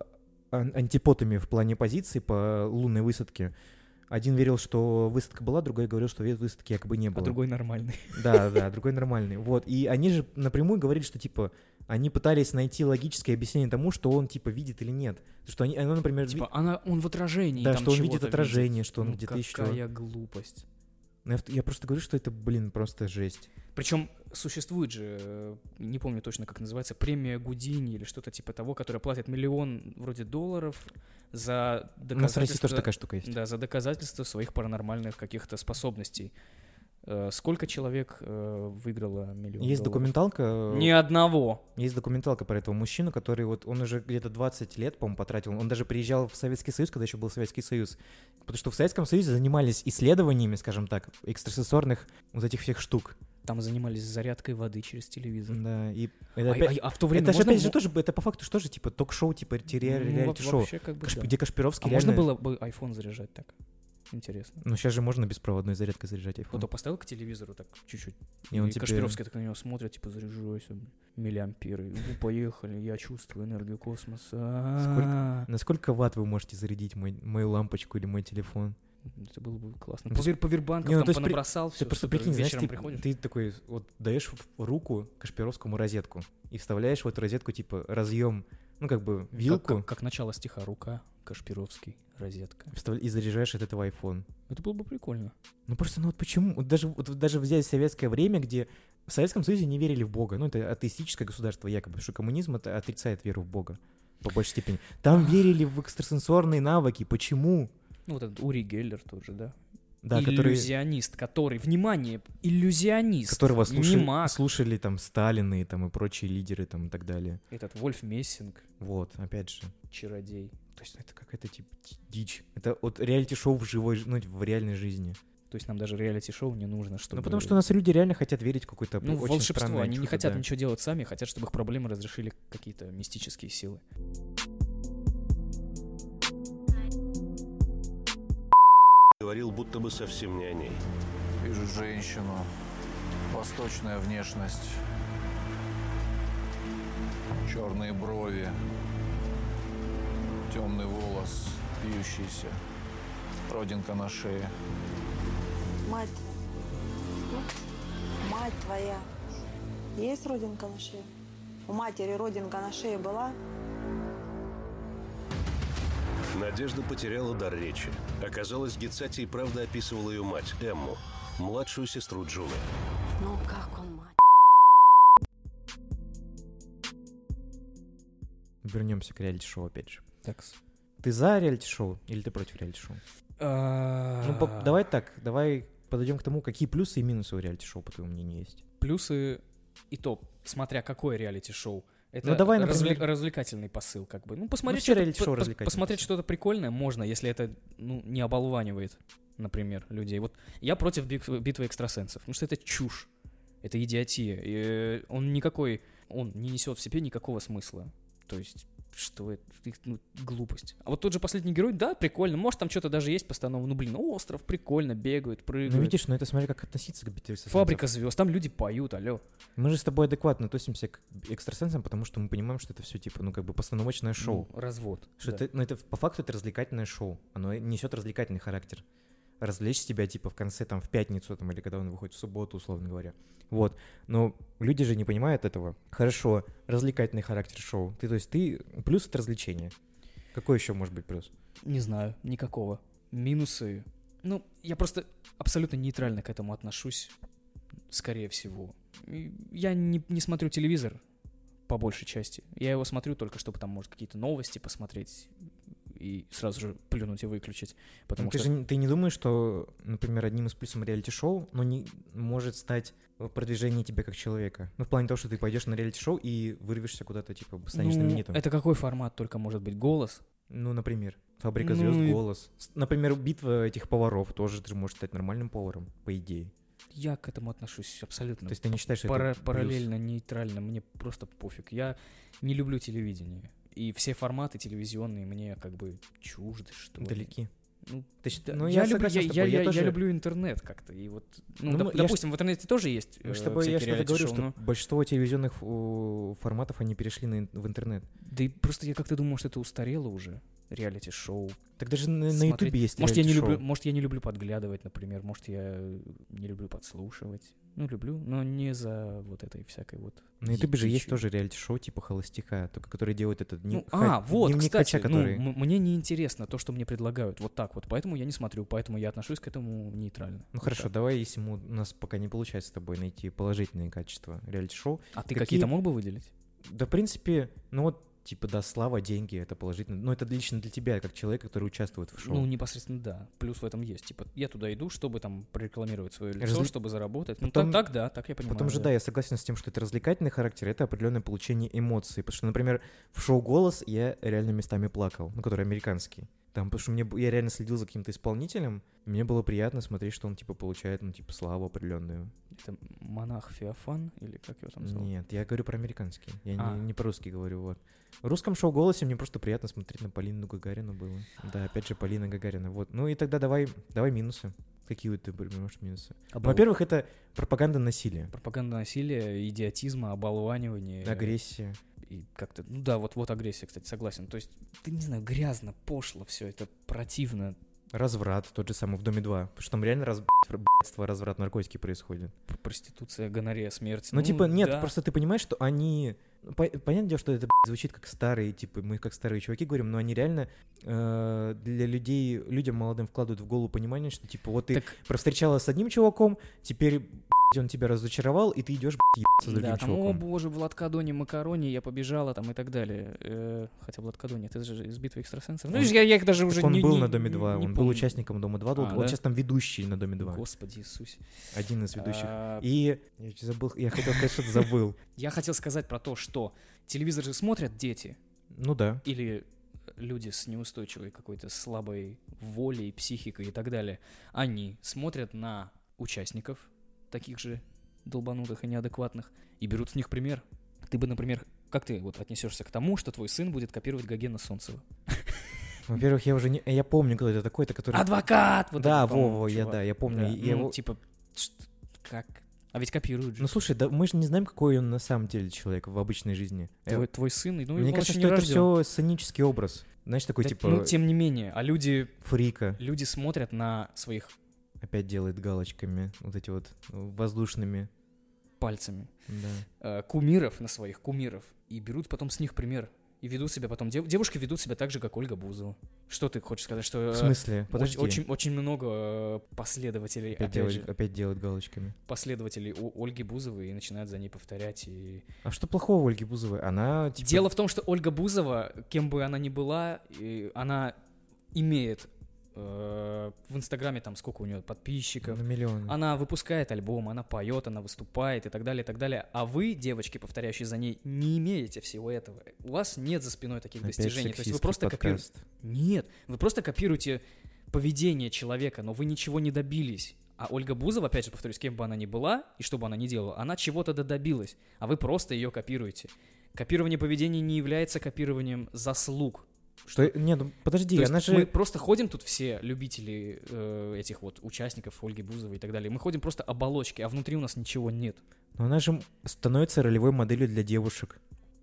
ан- антипотами в плане позиций по лунной высадке. Один верил, что высадка была, другой говорил, что ве- высадки якобы не
А
было.
другой нормальный.
Да, да, другой нормальный. Вот. И они же напрямую говорили, что типа они пытались найти логическое объяснение тому, что он типа видит или нет. Что они, она, например, ви-
Типа, она, он в отражении.
Да,
Типа, там
что он видит
чего-то
отражение, что он
Ну,
где-то ещё.
Какая глупость.
Но я, в- я просто говорю, что это, блин, просто жесть.
Причем существует же, э, не помню точно, как называется, премия Гудини или что-то типа того, которая платит миллион вроде долларов за
У нас в
доказательство...
России тоже такая штука есть.
Да, за доказательство своих паранормальных каких-то способностей. Э, Сколько человек э, выиграло миллион
Есть
долларов?
документалка. э,
Ни одного.
Есть документалка про этого мужчину, который вот, он уже где-то 20 лет, по-моему, потратил. Он даже приезжал в Советский Союз, когда еще был Советский Союз. Потому что в Советском Союзе занимались исследованиями, скажем так, экстрасенсорных вот этих всех штук.
Там занимались зарядкой воды через телевизор.
Да, и...
А-
это
а-
опять-
а в то время
Это же,
можно
опять же,
было-
тоже, это по факту что же, типа, ток-шоу, типа, терри-
Ну, во-
реалити-шоу.
вообще как бы
Каш-
да.
Где Кашпировский
А можно
реально-
было бы iPhone заряжать так? Интересно.
Ну, сейчас же можно беспроводной зарядкой заряжать iPhone.
Вот я поставил к телевизору так чуть-чуть.
А. И
И,
он
он
тебе-
Кашпировский так на него смотрит, типа, заряжайся, блин, миллиамперы. Ну, поехали, я чувствую энергию космоса. А,
Сколько-
А-а-а.
на сколько ватт вы можете зарядить мой- мою лампочку или мой телефон?
Это было бы классно.
Ну, то
Поверь,
есть-
по Вербанкам
Не, ну,
там
то есть при-
понабросал,
Ты
всё,
просто
супер,
прикинь, знаешь,
вечером
ты,
приходишь.
ты такой вот даешь в- в руку Кашпировскому розетку и вставляешь в эту розетку, типа, разъем, ну, как бы,
Как-
вилку,
Как, как начало стиха «Рука», Кашпировский, розетка.
вставля- и заряжаешь от этого iPhone.
Это было бы прикольно.
Ну, просто, ну, вот почему? Вот даже, вот даже взять советское время, где в Советском Союзе не верили в Бога. Ну, это атеистическое государство якобы, потому что коммунизм это отрицает веру в Бога по большей степени. Там верили в экстрасенсорные навыки. Почему?
Ну, вот этот Ури Геллер тоже, да?
Да, которые-
иллюзионист, который, внимание, иллюзионист,
которого слушали,
не маг.
слушали там Сталины и там и прочие лидеры там и так далее.
Этот Вольф Мессинг,
Вот, опять же.
чародей.
То есть ну, это какая-то типа ди- дичь. Это вот реалити-шоу в живой, жи- ну, в реальной жизни.
То есть нам даже реалити-шоу не нужно, чтобы...
Ну, потому что у нас люди реально хотят верить в какое-то
Ну,
очень
волшебство,
странное
они не
чудо,
хотят
да.
ничего делать сами, хотят, чтобы их проблемы разрешили какие-то мистические силы.
Говорил, будто бы совсем не о ней.
Вижу женщину. Восточная внешность. Черные брови. Темный волос, пьющийся. Родинка на шее.
Мать. Мать твоя. Есть родинка на шее? У матери родинка на шее была?
Надежда потеряла дар речи. Оказалось, Гицати и правда описывала ее мать, Эмму, младшую сестру Джулы.
Ну как он, мать?
Вернемся к реалити-шоу опять же.
Так.
Ты за реалити-шоу или ты против реалити-шоу? Ну, по-
Ну,
давай так, давай подойдем к тому, какие плюсы и минусы у реалити-шоу, по твоему мнению, есть.
Плюсы и то, смотря какое реалити-шоу. Это
Ну, давай,
развле-
например-
развлекательный посыл, как бы. Ну, посмотреть,
все
что-то-
реалити-шоу
по- по-
развлекательные.
посмотреть что-то прикольное можно, если это ну, не оболванивает, например, людей. Вот я против бит- битвы экстрасенсов, потому что это чушь, это идиотия. и, э, он никакой, он не несет в себе никакого смысла. То есть, что это, ты- ну, глупость. А вот тот же последний герой, да, прикольно. Может, там что-то даже есть постанова. Ну, блин, остров, прикольно, бегают, прыгают.
Ну, видишь, ну это смотри, как относиться к битве экстрасенсов.
Фабрика звезд, там люди поют, алло.
Мы же с тобой адекватно относимся к экстрасенсам, потому что мы понимаем, что это все типа, ну, как бы постановочное шоу.
Ну, развод,
Что
да.
это, ну, это по факту это развлекательное шоу. Оно несет развлекательный характер. Развлечь тебя, типа, в конце, там, в пятницу, там, или когда он выходит в субботу, условно говоря. Вот. Но люди же не понимают этого. Хорошо, развлекательный характер шоу. Ты, то есть, ты... Плюс это развлечение. Какой еще может быть плюс?
Не знаю, никакого. Минусы. Ну, я просто абсолютно нейтрально к этому отношусь, скорее всего. И Я не, не смотрю телевизор, по большей части. Я его смотрю только, чтобы там, может, какие-то новости посмотреть и сразу же плюнуть и выключить. Потому
Ну, ты
что...
же не- ты не думаешь, что, например, одним из плюсов реалити-шоу, но не может стать э, продвижение тебя как человека? Ну, в плане того, что ты пойдешь на реалити-шоу и вырвешься куда-то, типа, станешь
Ну,
знаменитым.
Это какой формат только может быть? Голос?
Ну, например, Фабрика
Ну
звезд,
и-
голос. С- Например, битва этих поваров тоже ты же можешь стать нормальным поваром, по идее.
Я к этому отношусь абсолютно.
То есть ты не считаешь, что это
Ну, пара-
плюс?
параллельно нейтрально? Мне просто пофиг. Я не люблю телевидение. И все форматы телевизионные мне как бы чужды, что ли.
Далеки.
Ну,
Ты счит-
да,
ну,
я,
я
люблю,
согласен
я,
с тобой,
я-
я
я
тоже-
люблю интернет как-то. И вот, ну,
Ну,
доп-
мы- я ж-
допустим, в интернете тоже есть.
Мы ж с
э, ну.
тобой- я
всякие
что-то говорю,
реалити-шоу,
что
но-
большинство телевизионных э, форматов, они перешли на ин- в интернет.
Да и просто я как-то думал, что это устарело уже. Реалити-шоу.
Так даже Ну, на- на
Смотреть.
Ютубе есть
может, я не
реалити-шоу.
люблю, Может, я не люблю подглядывать, например. Может, я не люблю подслушивать. Ну, люблю, но не за вот этой всякой вот...
На Ютубе же есть
дичью.
тоже реалити-шоу типа «Холостяка», только которые делают этот
Ну,
дневник
а, вот,
дневник
кстати,
Хача,
ну,
который...
м- мне не интересно то, что мне предлагают, вот так вот, поэтому я не смотрю, поэтому я отношусь к этому нейтрально.
Ну хорошо, давай, если мы, у нас пока не получается с тобой найти положительные качества реалити-шоу.
А ты какие-то мог бы выделить?
Да, в принципе, ну вот, типа, да, слава, деньги, это положительно. Но это лично для тебя, как человека, который участвует в шоу.
Ну, непосредственно да. Плюс в этом есть. Типа, я туда иду, чтобы там прорекламировать свое лицо,
Разли-
чтобы заработать. Ну,
Потом-
так, так, да, так я понимаю.
Потом же, да. я согласен с тем, что это развлекательный характер, это определенное получение эмоций. Потому что, например, в шоу «Голос» я реально местами плакал, ну, который американский. Там, потому что мне, б- я реально следил за каким-то исполнителем, и мне было приятно смотреть, что он, типа, получает, ну, типа, славу определенную.
Это монах Феофан, или как его там зовут?
Нет, я говорю про американский, я не-
А.
не, по-русски говорю, вот. В русском шоу «Голосе» мне просто приятно смотреть на Полину Гагарину было. Да, опять же, Полина Гагарина, вот. Ну и тогда давай, давай минусы. Какие вот ты можешь минусы?
Обол-
Во-первых, это пропаганда насилия.
Пропаганда насилия, идиотизма, оболванивания.
Агрессия.
И как-то, ну да, вот, вот агрессия, кстати, согласен. То есть, ты не знаю, грязно, пошло все это, противно.
Разврат, тот же самый в Доме 2. Потому что там реально раз... разврат, наркотики происходит.
Проституция, гонорея, смерть.
Ну, типа, нет,
да.
просто ты понимаешь, что они... ну, по- Понятное дело, что это б***ь, звучит как старые, типа, мы как старые чуваки говорим, но они реально э, для людей, людям молодым вкладывают в голову понимание, что, типа, вот ты провстречалась с одним чуваком, теперь, б***ь, он тебя разочаровал, и ты идешь, б***ь, ебаться с другим
Да, там, о
чуваком.
боже, в Латкадоне макарони, я побежала там и так далее. Э, хотя в Латкадоне, это же из битвы экстрасенсов. Ну,
Он-
видишь, я, я их даже
Так
уже
он
не
был
не-
на Доме 2,
не
он был
помню.
участником Дома 2 долго,
А,
он
да?
сейчас там ведущий на Доме 2,
Господи Иисусе.
один из ведущих.
А,
И я чё забыл, я хотел сказать, что забыл.
Я хотел сказать про то, что телевизор же смотрят дети.
Ну да.
Или э, люди с неустойчивой какой-то слабой волей, психикой и так далее. Они смотрят на участников таких же долбанутых и неадекватных и берут с них пример. Ты бы, например, как ты вот отнесешься к тому, что твой сын будет копировать Гогена Солнцева?
Во-первых, я уже не... Я помню, кто это такой, это который...
Адвокат! Вот
да,
этот, по-моему,
Вова, я,
А, чувак.
да, я помню.
Да,
я
ну,
его-
типа, что- как? А ведь копируют же.
Ну слушай, да мы же не знаем, какой он на самом деле человек в обычной жизни. Э,
Твой, твой сын, и, ну,
Мне
он
кажется, что
еще не
это
рожден.
все сценический образ. Знаешь, такой
Да,
типа
Ну, тем не менее, а люди...
Фрика.
Люди смотрят на своих
опять делает галочками, вот эти вот э, воздушными.
пальцами.
Да.
э, кумиров, на своих кумиров, и берут потом с них пример. И ведут себя потом... дев- девушки ведут себя так же, как Ольга Бузова. Что ты хочешь сказать? Что, э,
В смысле?
оч-
Подожди.
Очень, очень много э, последователей,
Опять,
опять,
делает,
же,
опять делает галочками.
последователей у Ольги Бузовой и начинают за ней повторять. И...
А что плохого у Ольги Бузовой? Она типа...
Дело в том, что Ольга Бузова, кем бы она ни была, и она имеет э, в Инстаграме там сколько у нее подписчиков.
на миллион.
Она выпускает альбом, она поет, она выступает и так далее, и так далее. А вы, девочки, повторяющие за ней, не имеете всего этого. У вас нет за спиной таких
Опять
достижений. То есть вы
сексистский
просто копируете.
подкаст.
Нет, вы просто копируете поведение человека, но вы ничего не добились. А Ольга Бузова, опять же, повторюсь, кем бы она ни была и что бы она ни делала, она чего-то да добилась, а вы просто ее копируете. Копирование поведения не является копированием заслуг.
Что... Нет, ну, подожди,
То есть
она же...
Мы просто ходим тут все любители э, этих вот участников Ольги Бузовой и так далее. Мы ходим просто оболочки, а внутри у нас ничего нет.
Но она же м- становится ролевой моделью для девушек.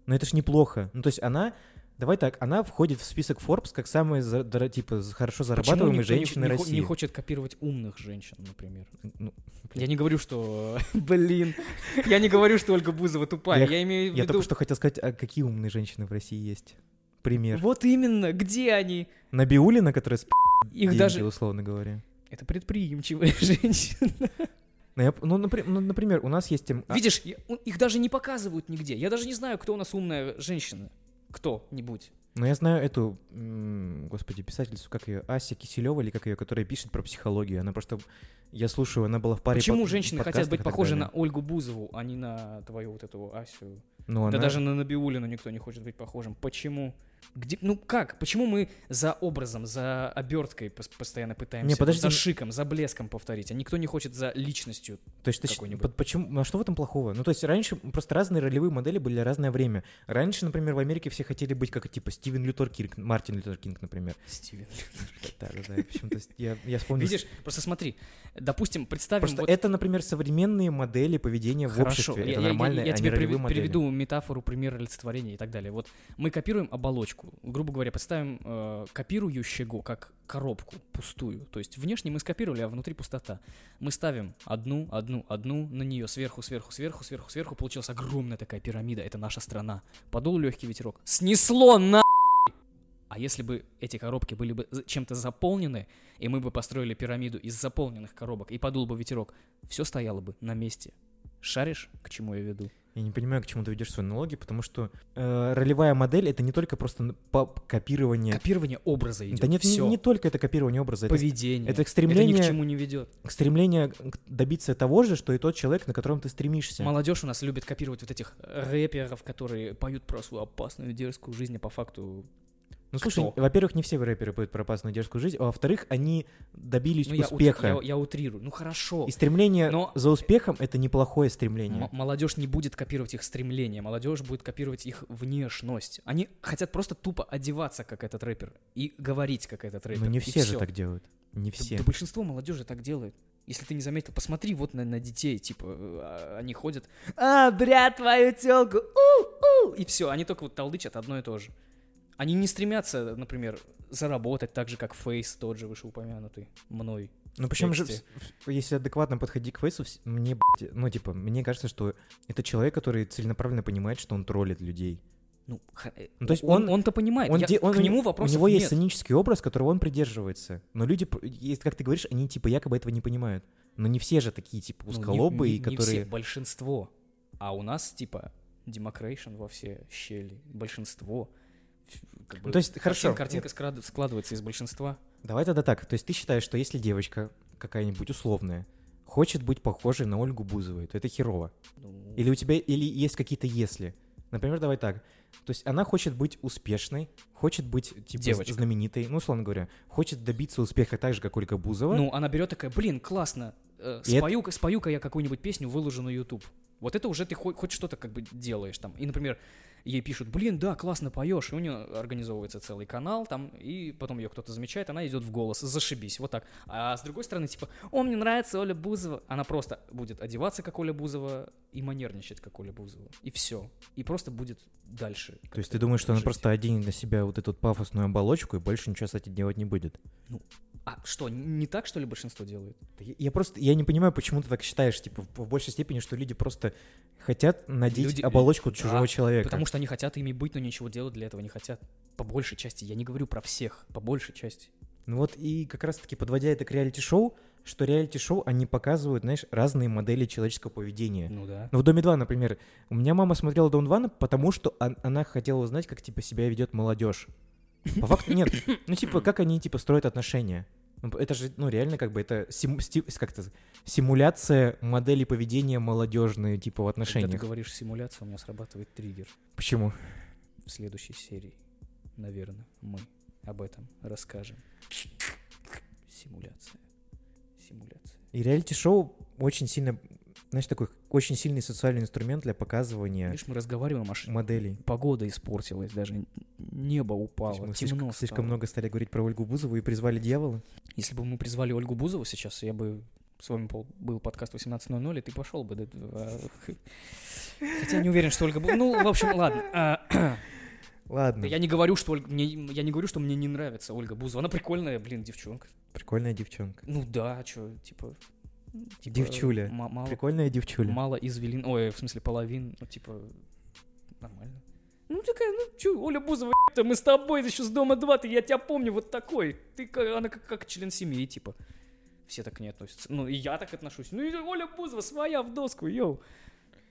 Но это ж неплохо. Ну, то есть она... Давай так, она входит в список Forbes как самая, за- дора- типа, за- хорошо
Почему
зарабатываемые
никто не-
женщины
не, хо-
России.
не хочет копировать умных женщин, например.
Ну,
Я не говорю, что... Блин. Я не говорю, что Ольга Бузова тупая. Я, имею в
Я
виду...
только что хотел сказать, а какие умные женщины в России есть? Пример.
Вот именно, где они?
Набиулина, которая с
Их
деньги,
даже-
условно говоря.
Это предприимчивая женщина.
Ну, я п- ну, напри- ну, например, у нас есть... тем- а,
Видишь, я- у- их даже не показывают нигде. Я даже не знаю, кто у нас умная женщина. Кто-нибудь.
Ну, я знаю эту, м, господи, писательницу, как ее, Ася Киселева или как ее, которая пишет про психологию. Она просто, я слушаю, она была в паре
Почему
под-
женщины хотят
подкастах
быть
и так
похожи
далее.
на Ольгу Бузову, а не на твою вот эту Асю?
Ну,
да
она-
даже на Набиулину никто не хочет быть похожим. Почему? Где, ну как? Почему мы за образом, за оберткой пос- постоянно пытаемся,
Не, подожди.
за шиком, за блеском повторить, а никто не хочет за личностью
То есть, точ-
какой-нибудь?
под- почему, а что в этом плохого? Ну, то есть раньше просто разные ролевые модели были разное время. Раньше, например, в Америке все хотели быть как типа Стивен Лютер Кинг, Мартин Лютер Кинг, например.
Стивен
Да, да, да. Почему-то с- я, я вспомнил.
Видишь, просто смотри, допустим, представим
Просто
вот...
это, например, современные модели поведения в обществе.
я-
Это
я- я-
нормально,
Я, тебе
а не ролевые
приве-
модели.
приведу метафору, пример олицетворения и так далее. Вот мы копируем оболочку, грубо говоря, представим э, копирующего как коробку пустую. То есть внешне мы скопировали, а внутри пустота. Мы ставим одну, одну, одну на нее сверху, сверху, сверху, сверху, сверху. Получилась огромная такая пирамида. Это наша страна. Подул легкий ветерок. Снесло на. А если бы эти коробки были бы за- чем-то заполнены, и мы бы построили пирамиду из заполненных коробок, и подул бы ветерок, все стояло бы на месте. Шаришь, к чему я веду?
Я не понимаю, к чему ты ведешь свои налоги, потому что э, ролевая модель это не только просто н- по- копирование.
Копирование образа идет.
Да нет, не-
Все.
не только это копирование образа. это-
Поведение.
Это,
Это ни к
стремление...
чему не ведет.
к Стремление к- добиться того же, что и тот человек, на котором ты стремишься.
Молодежь у нас любит копировать вот этих рэперов, которые поют про свою опасную дерзкую жизнь, а по факту...
Ну слушай,
кто?
во-первых, не все рэперы поют про опасную дерзкую жизнь, а во-вторых, они добились
Ну, я утри-
успеха.
я- я утрирую. Ну, хорошо.
И стремление
Но-
за успехом это неплохое стремление.
М- молодежь не будет копировать их стремления, молодежь будет копировать их внешность. Они хотят просто тупо одеваться, как этот рэпер, и говорить, как этот рэпер.
Но Ну, не
и
все же
всё.
так делают. Не
Да-
все.
Да, большинство молодежи так делает. Если ты не заметил, посмотри вот на, на детей, типа, э, а, они ходят, а, брат, твою телку, у, у, и все, они только вот толдычат одно и то же. Они не стремятся, например, заработать так же, как Фейс, тот же вышеупомянутый, мной.
Ну
в
причем же,
тексте.
в- в- если адекватно подходить к Фейсу, вс- мне, б***ь, ну типа, мне кажется, что это человек, который целенаправленно понимает, что он троллит людей.
Ну, ха- э,
Ну, то есть
он,
он,
он, то понимает,
он
А, Я-
де- он-
к нему вопросов
У него есть
нет.
сценический образ, которого он придерживается. Но люди, пр- есть, как ты говоришь, они типа якобы этого не понимают. Но не все же такие типа
Ну, не-
узколобые,
не- не все,
которые...
большинство. А у нас, типа, демокрейшн во все щели. Большинство. Ф- как бы
Ну, то есть,
картин-
хорошо.
Картинка скрад- складывается из большинства.
Давай тогда так. То есть ты считаешь, что если девочка какая-нибудь условная хочет быть похожей на Ольгу Бузовой, то это херово.
Ну.
Или у тебя или есть какие-то если. Например, давай так. То есть она хочет быть успешной, хочет быть типа
Девочка.
знаменитой, ну условно говоря, хочет добиться успеха так же, как Ольга Бузова.
Ну, она берет такая, блин, классно, э,
И это-
спою-ка, спою-ка я какую-нибудь песню, выложу на YouTube. Вот это уже ты хоть, хоть что-то как бы делаешь там. И, например, ей пишут, блин, да, классно поешь. И у нее организовывается целый канал там, и потом ее кто-то замечает, она идет в голос, зашибись, вот так. А с другой стороны, типа, о, мне нравится Оля Бузова. Она просто будет одеваться, как Оля Бузова, и манерничать, как Оля Бузова. И все. И просто будет дальше.
То есть ты думаешь, что она просто оденет на себя вот эту пафосную оболочку и больше ничего с этим делать не будет?
А что, не так, что ли, большинство делает?
Я- Я просто, я не понимаю, почему ты так считаешь, типа, в в большей степени, что люди просто хотят надеть
Люди-
оболочку
Да,
чужого человека.
Потому что они хотят ими быть, но ничего делать для этого не хотят. По большей части. Я не говорю про всех. По большей части.
Ну вот и как раз-таки подводя это к реалити-шоу, что реалити-шоу, они показывают, знаешь, разные модели человеческого поведения.
Ну да.
Ну в «Доме 2», например, у меня мама смотрела «Дом 2», потому что он- она хотела узнать, как, типа, себя ведет молодежь. По факту нет. Ну типа, как они, типа, строят отношения. Ну, Это же, ну, реально, как бы, это сим- сти- как-то симуляция модели поведения молодежной, типа, в
Когда
отношениях.
ты говоришь симуляцию, у меня срабатывает триггер.
Почему?
В следующей серии, наверное, мы об этом расскажем. Симуляция. Симуляция.
И реалити-шоу очень сильно, знаешь, такой очень сильный социальный инструмент для показывания
Видишь, мы разговариваем, аж
моделей.
погода испортилась, даже небо
То есть
упало,
мы
темно
слишком, слишком
стало.
много стали говорить про Ольгу Бузову и призвали дьявола.
Если бы мы призвали Ольгу Бузову сейчас, я бы с вами пол- был подкаст 18.00, и ты пошел бы. да, а, х- Хотя не уверен, что Ольга Бузова... Ну, в общем, ладно. а,
Ладно,
Я не говорю, что Ольга... Мне... Я не говорю, что мне не нравится Ольга Бузова. Она прикольная, блин, девчонка.
прикольная девчонка.
Ну да, что, типа... типа,
девчуля.
ма- мало-
Прикольная девчуля.
Мало извилин... Ой, в смысле, половин. Ну, типа, нормально. Ну, такая, ну, чё, Оля Бузова, ё-та, мы с тобой еще с дома 2, ты, я тебя помню вот такой. Ты, ка- она как, как член семьи, типа. Все так к ней относятся. Ну, и я так отношусь. Ну, и Оля Бузова своя в доску, йоу.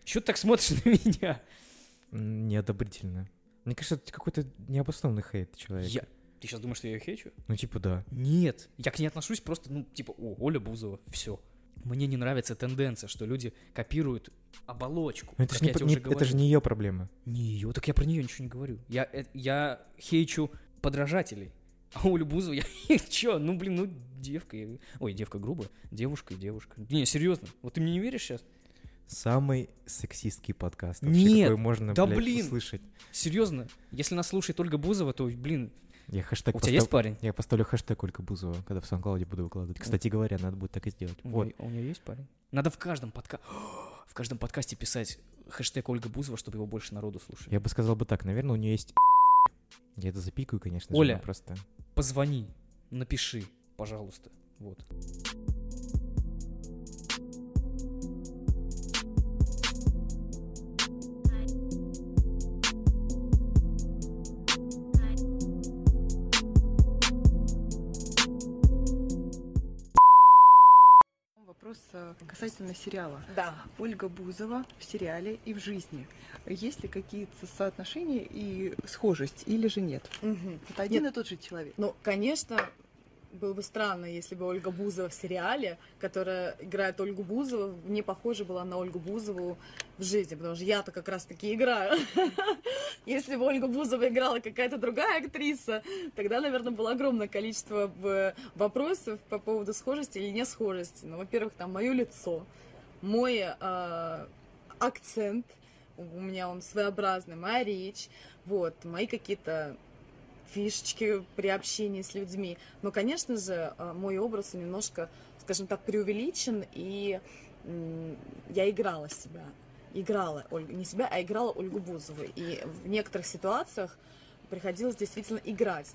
Чё ты так смотришь на меня?
М, Неодобрительно. Мне кажется, это какой-то необоснованный хейт человек.
Я... Ты сейчас думаешь, что я ее хечу?
Ну типа да.
Нет, я к ней отношусь просто, ну, типа, о, Оля Бузова, все. Мне не нравится тенденция, что люди копируют оболочку.
Но это
как
ж не
я
п-
тебе
не- это
уже
ж
говорил.
не её проблема.
Не ее, так я про нее ничего не говорю. Я, э, я хейчу подражателей. А у Любузова я хейчу, ну блин, ну девка. я- Ой, девка грубо, девушка и девушка. Не, серьезно, вот ты мне не веришь сейчас?
Самый сексистский подкаст вообще,
Нет,
какой можно,
да
блядь,
блин,
услышать.
серьезно, если нас слушает Ольга Бузова, то, блин,
Я хэштег
у тебя есть
постав-
парень?
Я поставлю хэштег Ольга Бузова, когда в SoundCloud буду выкладывать. Кстати говоря, надо будет так и сделать.
У,
Вот.
нее, а у нее есть парень? Надо в каждом подка... в каждом подкасте писать хэштег Ольга Бузова, чтобы его больше народу слушали.
Я бы сказал бы так, наверное, у нее есть... Я это запикаю, конечно же,
Оля.
но просто...
Позвони, напиши, пожалуйста. Вот.
Вопрос э, касательно сериала. Да. Ольга Бузова в сериале и в жизни. Есть ли какие-то соотношения и схожесть, или же нет? Это один
Нет.
и тот же человек.
Ну, конечно, было бы странно, если бы Ольга Бузова в сериале, которая играет Ольгу Бузову, не похожа была на Ольгу Бузову в жизни, потому что я-то как раз-таки играю. Если бы Ольга Бузова играла какая-то другая актриса, тогда, наверное, было огромное количество бы вопросов по поводу схожести или не схожести. Ну, во-первых, там мое лицо, мой э, акцент, у меня он своеобразный, моя речь, вот, мои какие-то фишечки при общении с людьми. Но, конечно же, э, мой образ немножко, скажем так, преувеличен, и м, я играла себя. Играла Ольгу, не себя, а играла Ольгу Бузову. И в некоторых ситуациях приходилось действительно играть.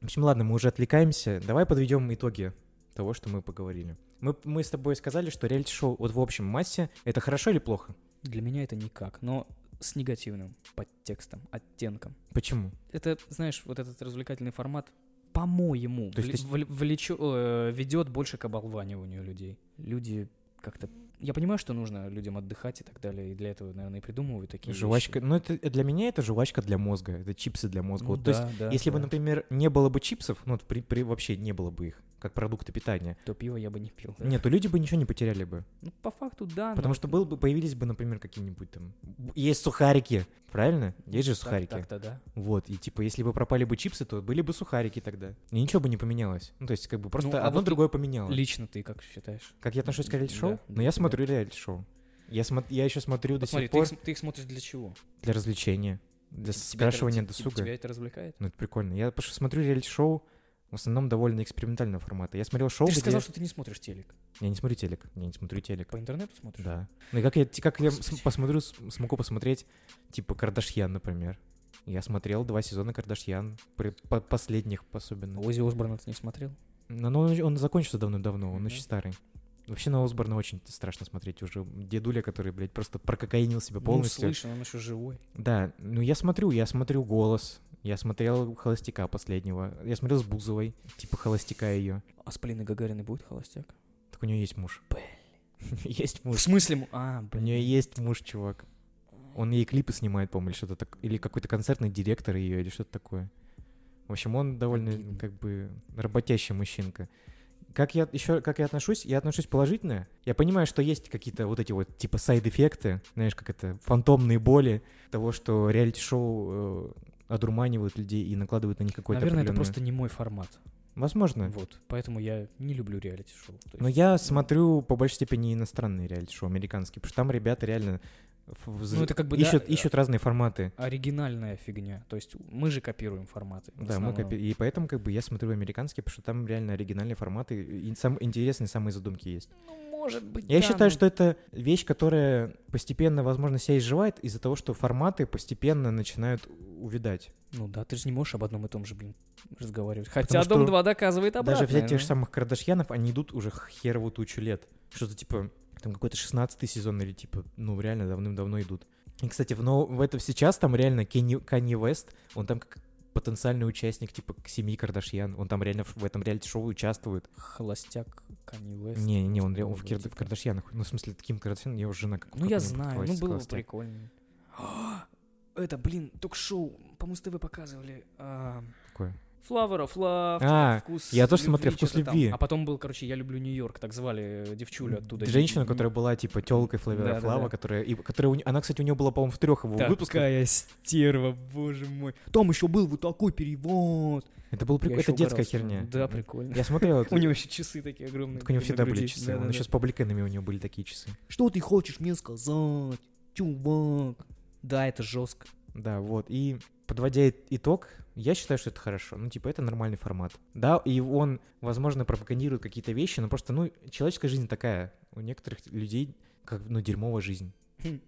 В общем, ладно, мы уже отвлекаемся. Давай подведем итоги того, что мы поговорили. Мы, мы с тобой сказали, что реалити-шоу вот в общем массе — это хорошо или плохо?
Для меня это никак, но с негативным подтекстом, оттенком.
Почему?
Это, знаешь, вот этот развлекательный формат, по-моему,
То есть
вл- вл- влечё- э, ведет больше к оболваниванию людей. Люди как-то... Я понимаю, что нужно людям отдыхать и так далее, и для этого, наверное, и придумывают такие вещи.
Жвачка, ну это э, для меня это жвачка для мозга, это чипсы для мозга.
Ну
Вот,
да,
то есть,
да,
если бы,
да.
например, не было бы чипсов, ну вот при, при- вообще не было бы их как продукта питания.
То пиво я бы не пил. да.
Нет, то люди бы ничего не потеряли бы.
Ну, по факту, да.
Потому
но-
что был бы, появились бы, например, какие-нибудь там... б- Есть сухарики, правильно? Есть же
Так-
сухарики.
так-то да.
Вот, и типа, если бы пропали бы чипсы, то были бы сухарики тогда. И ничего бы не поменялось. Ну, то есть, как бы просто
Ну, а
одно
вот
другое
ты-
поменялось.
Лично ты как считаешь?
Как я отношусь к реалити-шоу?
Да,
Но я смотрю реалити-шоу. Я, смо- я еще смотрю до
Посмотри,
сих пор
ты, их, Типа см- ты их смотришь для чего?
для развлечения, для
Тебя это-
скрашивания
те-
досуга.
Тебя это развлекает?
Ну, это прикольно. Я потому что смотрю реалити-шоу в основном довольно экспериментального формата. Я смотрел шоу,
ты же
где-
сказал, что ты не смотришь телек.
Я не смотрю телек. Я не смотрю телек.
По интернету смотришь?
Да. Ну и как я, те- как я см- посмотрю, см- смогу посмотреть, типа, Кардашьян, например. Я смотрел два сезона Кардашьян, при- по- последних особенно.
Ози Осборна ты не смотрел?
Но он, он закончился давно-давно, он
Мгм.
очень старый. Вообще на Осборна очень страшно смотреть уже. Дедуля, который, блядь, просто прококаинил себя полностью.
Ну, слышно, он еще живой.
Да, ну я смотрю, я смотрю голос. Я смотрел холостяка последнего. Я смотрел с Бузовой, типа холостяка ее.
А с Полиной Гагариной будет холостяк?
Так у нее есть муж. Есть муж.
В смысле? му- А,
У
блин.
нее есть муж, чувак. Он ей клипы снимает, по-моему, или что-то так, или какой-то концертный директор ее, или что-то такое. В общем, он довольно как бы работящий мужчинка. Как я еще, как я отношусь? Я отношусь положительно. Я понимаю, что есть какие-то вот эти вот типа сайд-эффекты, знаешь, как это фантомные боли того, что реалити-шоу э, одурманивают людей и накладывают на них какой-то.
Наверное, это
определенный-
просто не мой формат.
Возможно.
Вот. Поэтому я не люблю реалити-шоу. То
Но
есть-
я смотрю по большей степени иностранные реалити-шоу, американские, потому что там ребята реально ф- вз-
Ну, это как бы, да,
ищут,
э,
ищут разные форматы.
Оригинальная фигня. То есть мы же копируем форматы. в
Да, мы
основном.
копи- и поэтому как бы я смотрю американские, потому что там реально оригинальные форматы и сам интересные самые задумки есть.
Может быть,
Я
да, ну.
считаю,
но-
что это вещь, которая постепенно, возможно, себя изживает из-за того, что форматы постепенно начинают увидать.
Ну да, ты же не можешь об одном и том же, блин, разговаривать.
Потому
Хотя
что
Дом 2 доказывает
Даже
обратное.
взять тех же
но-
самых Кардашьянов, они идут уже херовую тучу лет. Что-то типа, там какой-то 16 сезон или типа, ну реально давным-давно идут. И, кстати, в, но в этом сейчас там реально Кенни, Канье Вест, он там как потенциальный участник типа к семьи Кардашьян, он там реально в, в этом реалити-шоу участвует.
Холостяк Канни Уэст.
Не, не, он, ре- он в,
Что-то
Кир-
типа.
в Кардашьянах. Ну, в смысле, таким Кардашьян, его жена как
Ну, я
как-нибудь
знаю, ну
называется,
было бы
холостяк.
прикольно. это, блин, ток-шоу по Муз-ТВ показывали. а,
Какое?
Flower of Love,
А,
вкус
я тоже
любви,
смотрел «Вкус
что-то там.
любви».
А потом был, короче, я люблю Нью-Йорк, так звали э, девчулю оттуда.
Женщина, которая была типа телкой Флавера
Да-да-да.
Флава, которая, и, которая у н- она, кстати, у нее была, по-моему, в трех его выпусках.
Такая стерва, боже мой. Там еще был вот такой перевод.
Это был прик-
Я ещё
Ну, это детская
угорал с него.
херня.
Да, прикольно.
Я смотрел это.
У него еще часы такие огромные.
Так у него
на
всегда были
груди.
часы.
Да, да,
Он
да.
еще с пабликанами у него были такие часы.
Что ты хочешь мне сказать, чувак? Да, это жестко.
Да, вот. И подводя и- итог, я считаю, что это хорошо. Ну, типа, это нормальный формат. Да, и он, возможно, пропагандирует какие-то вещи, но просто, ну, человеческая жизнь такая. У некоторых людей, как, ну, дерьмовая жизнь.
Хм,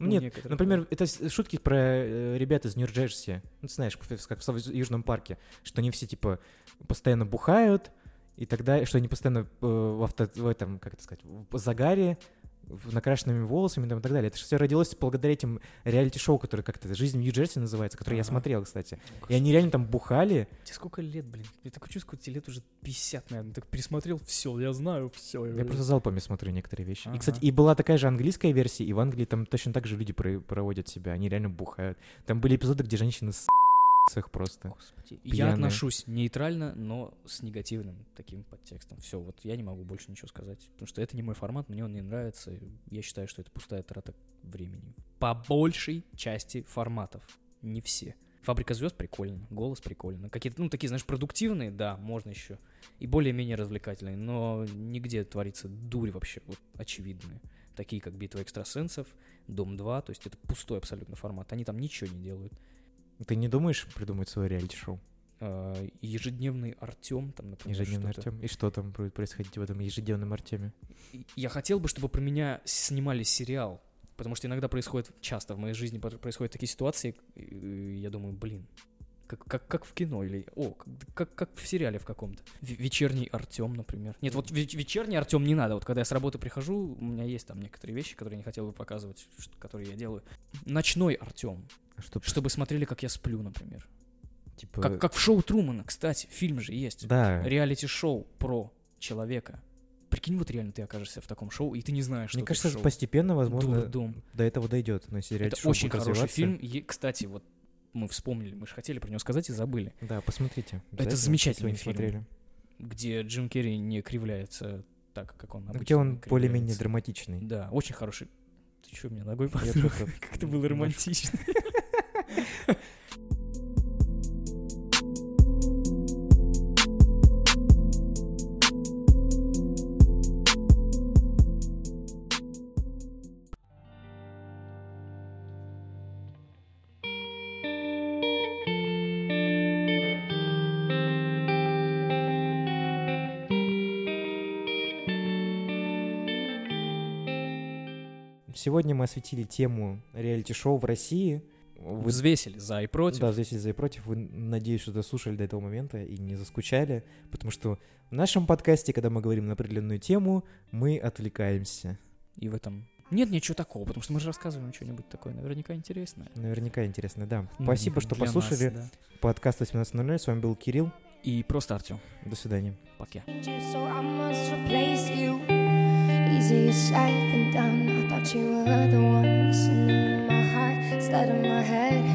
У
Нет,
некоторых,
например, это с- шутки про э, ребят из Нью-Джерси. Ну, ты знаешь, как в Сав- Южном парке, что они все, типа, постоянно бухают, и тогда, что они постоянно э, в, авто, в этом, как это сказать, в загаре, в- накрашенными волосами там, и так далее. Это все родилось благодаря этим реалити-шоу, которое как-то «Жизнь в Нью-Джерси» называется, которое я
Ага. Ну,
смотрел, кстати. И они реально там бухали.
Тебе сколько лет, блин? Я такое чувство, тебе лет уже 50, наверное. Так пересмотрел, все, я знаю, все.
Я просто залпами смотрю некоторые вещи. И, кстати,
Ага.
и была такая же английская версия, и в Англии там точно так же люди про- проводят себя, они реально бухают. Там были эпизоды, где женщины с их просто.
Я
пьяные.
отношусь нейтрально, но с негативным таким подтекстом. Все, вот я не могу больше ничего сказать. Потому что это не мой формат, мне он не нравится. и Я считаю, что это пустая трата времени. По большей части форматов. Не все. Фабрика звезд прикольно, голос прикольно. Какие-то, ну, такие, знаешь, продуктивные, да, можно еще. И более-менее развлекательные, но нигде творится дурь вообще, вот, очевидная. Такие, как «Битва экстрасенсов», «Дом-2», то есть это пустой абсолютно формат. Они там ничего не делают.
Ты не думаешь придумать свое реалити-шоу?
Э, ежедневный Артем, там, например,
Ежедневный
что-то.
Артем. И что там будет происходить в этом ежедневном Артеме?
И Я хотел бы, чтобы про меня снимали сериал, потому что иногда происходит, часто в моей жизни пот- происходят такие ситуации, и я думаю, блин, как, как, как в кино или, о, как, как, как в сериале в каком-то. В- вечерний Артем, например. Нет, вот веч- вечерний Артем не надо. Вот когда я с работы прихожу, у меня есть там некоторые вещи, которые я не хотел бы показывать, ш- которые я делаю. Ночной Артем. Чтобы смотрели, как я сплю, например.
Типа...
Как, как в шоу Трумана, кстати, фильм же есть.
Да.
Реалити-шоу про человека. Прикинь, вот реально ты окажешься в таком шоу, и ты не знаешь, что
Мне
ты
кажется,
в шоу.
постепенно, возможно,
Дурдом.
до этого дойдет. Но если
Это
реалити-шоу
очень
будет
хороший
развиваться-
фильм. Е- Кстати, вот мы вспомнили, мы же хотели про него сказать и забыли.
Да, посмотрите. обязательно,
Это
если
замечательный
не
фильм,
смотрели.
где Джим Керри не кривляется так, как он
Ну,
обычно
Где он
кривляется.
более-менее драматичный.
Да, очень хороший. Ты что, мне ногой
просто-
подруг? Как это было
немножко.
романтично.
Сегодня мы осветили тему реалити-шоу в России. Вы-
Взвесили за и против.
Да, взвесили за и против. Вы, надеюсь, что дослушали до этого момента и не заскучали, потому что в нашем подкасте, когда мы говорим на определенную тему, мы отвлекаемся.
И в этом... Нет ничего такого, потому что мы же рассказываем что-нибудь такое наверняка интересное.
Наверняка интересно, да.
Ну,
Спасибо, что
для нас,
послушали
да.
подкаст 18.00. С вами был Кирилл.
И просто Артем.
До свидания.
Пока.
So I must replace you. Easier said than done. I thought you were the one listening in my heart, instead of my head.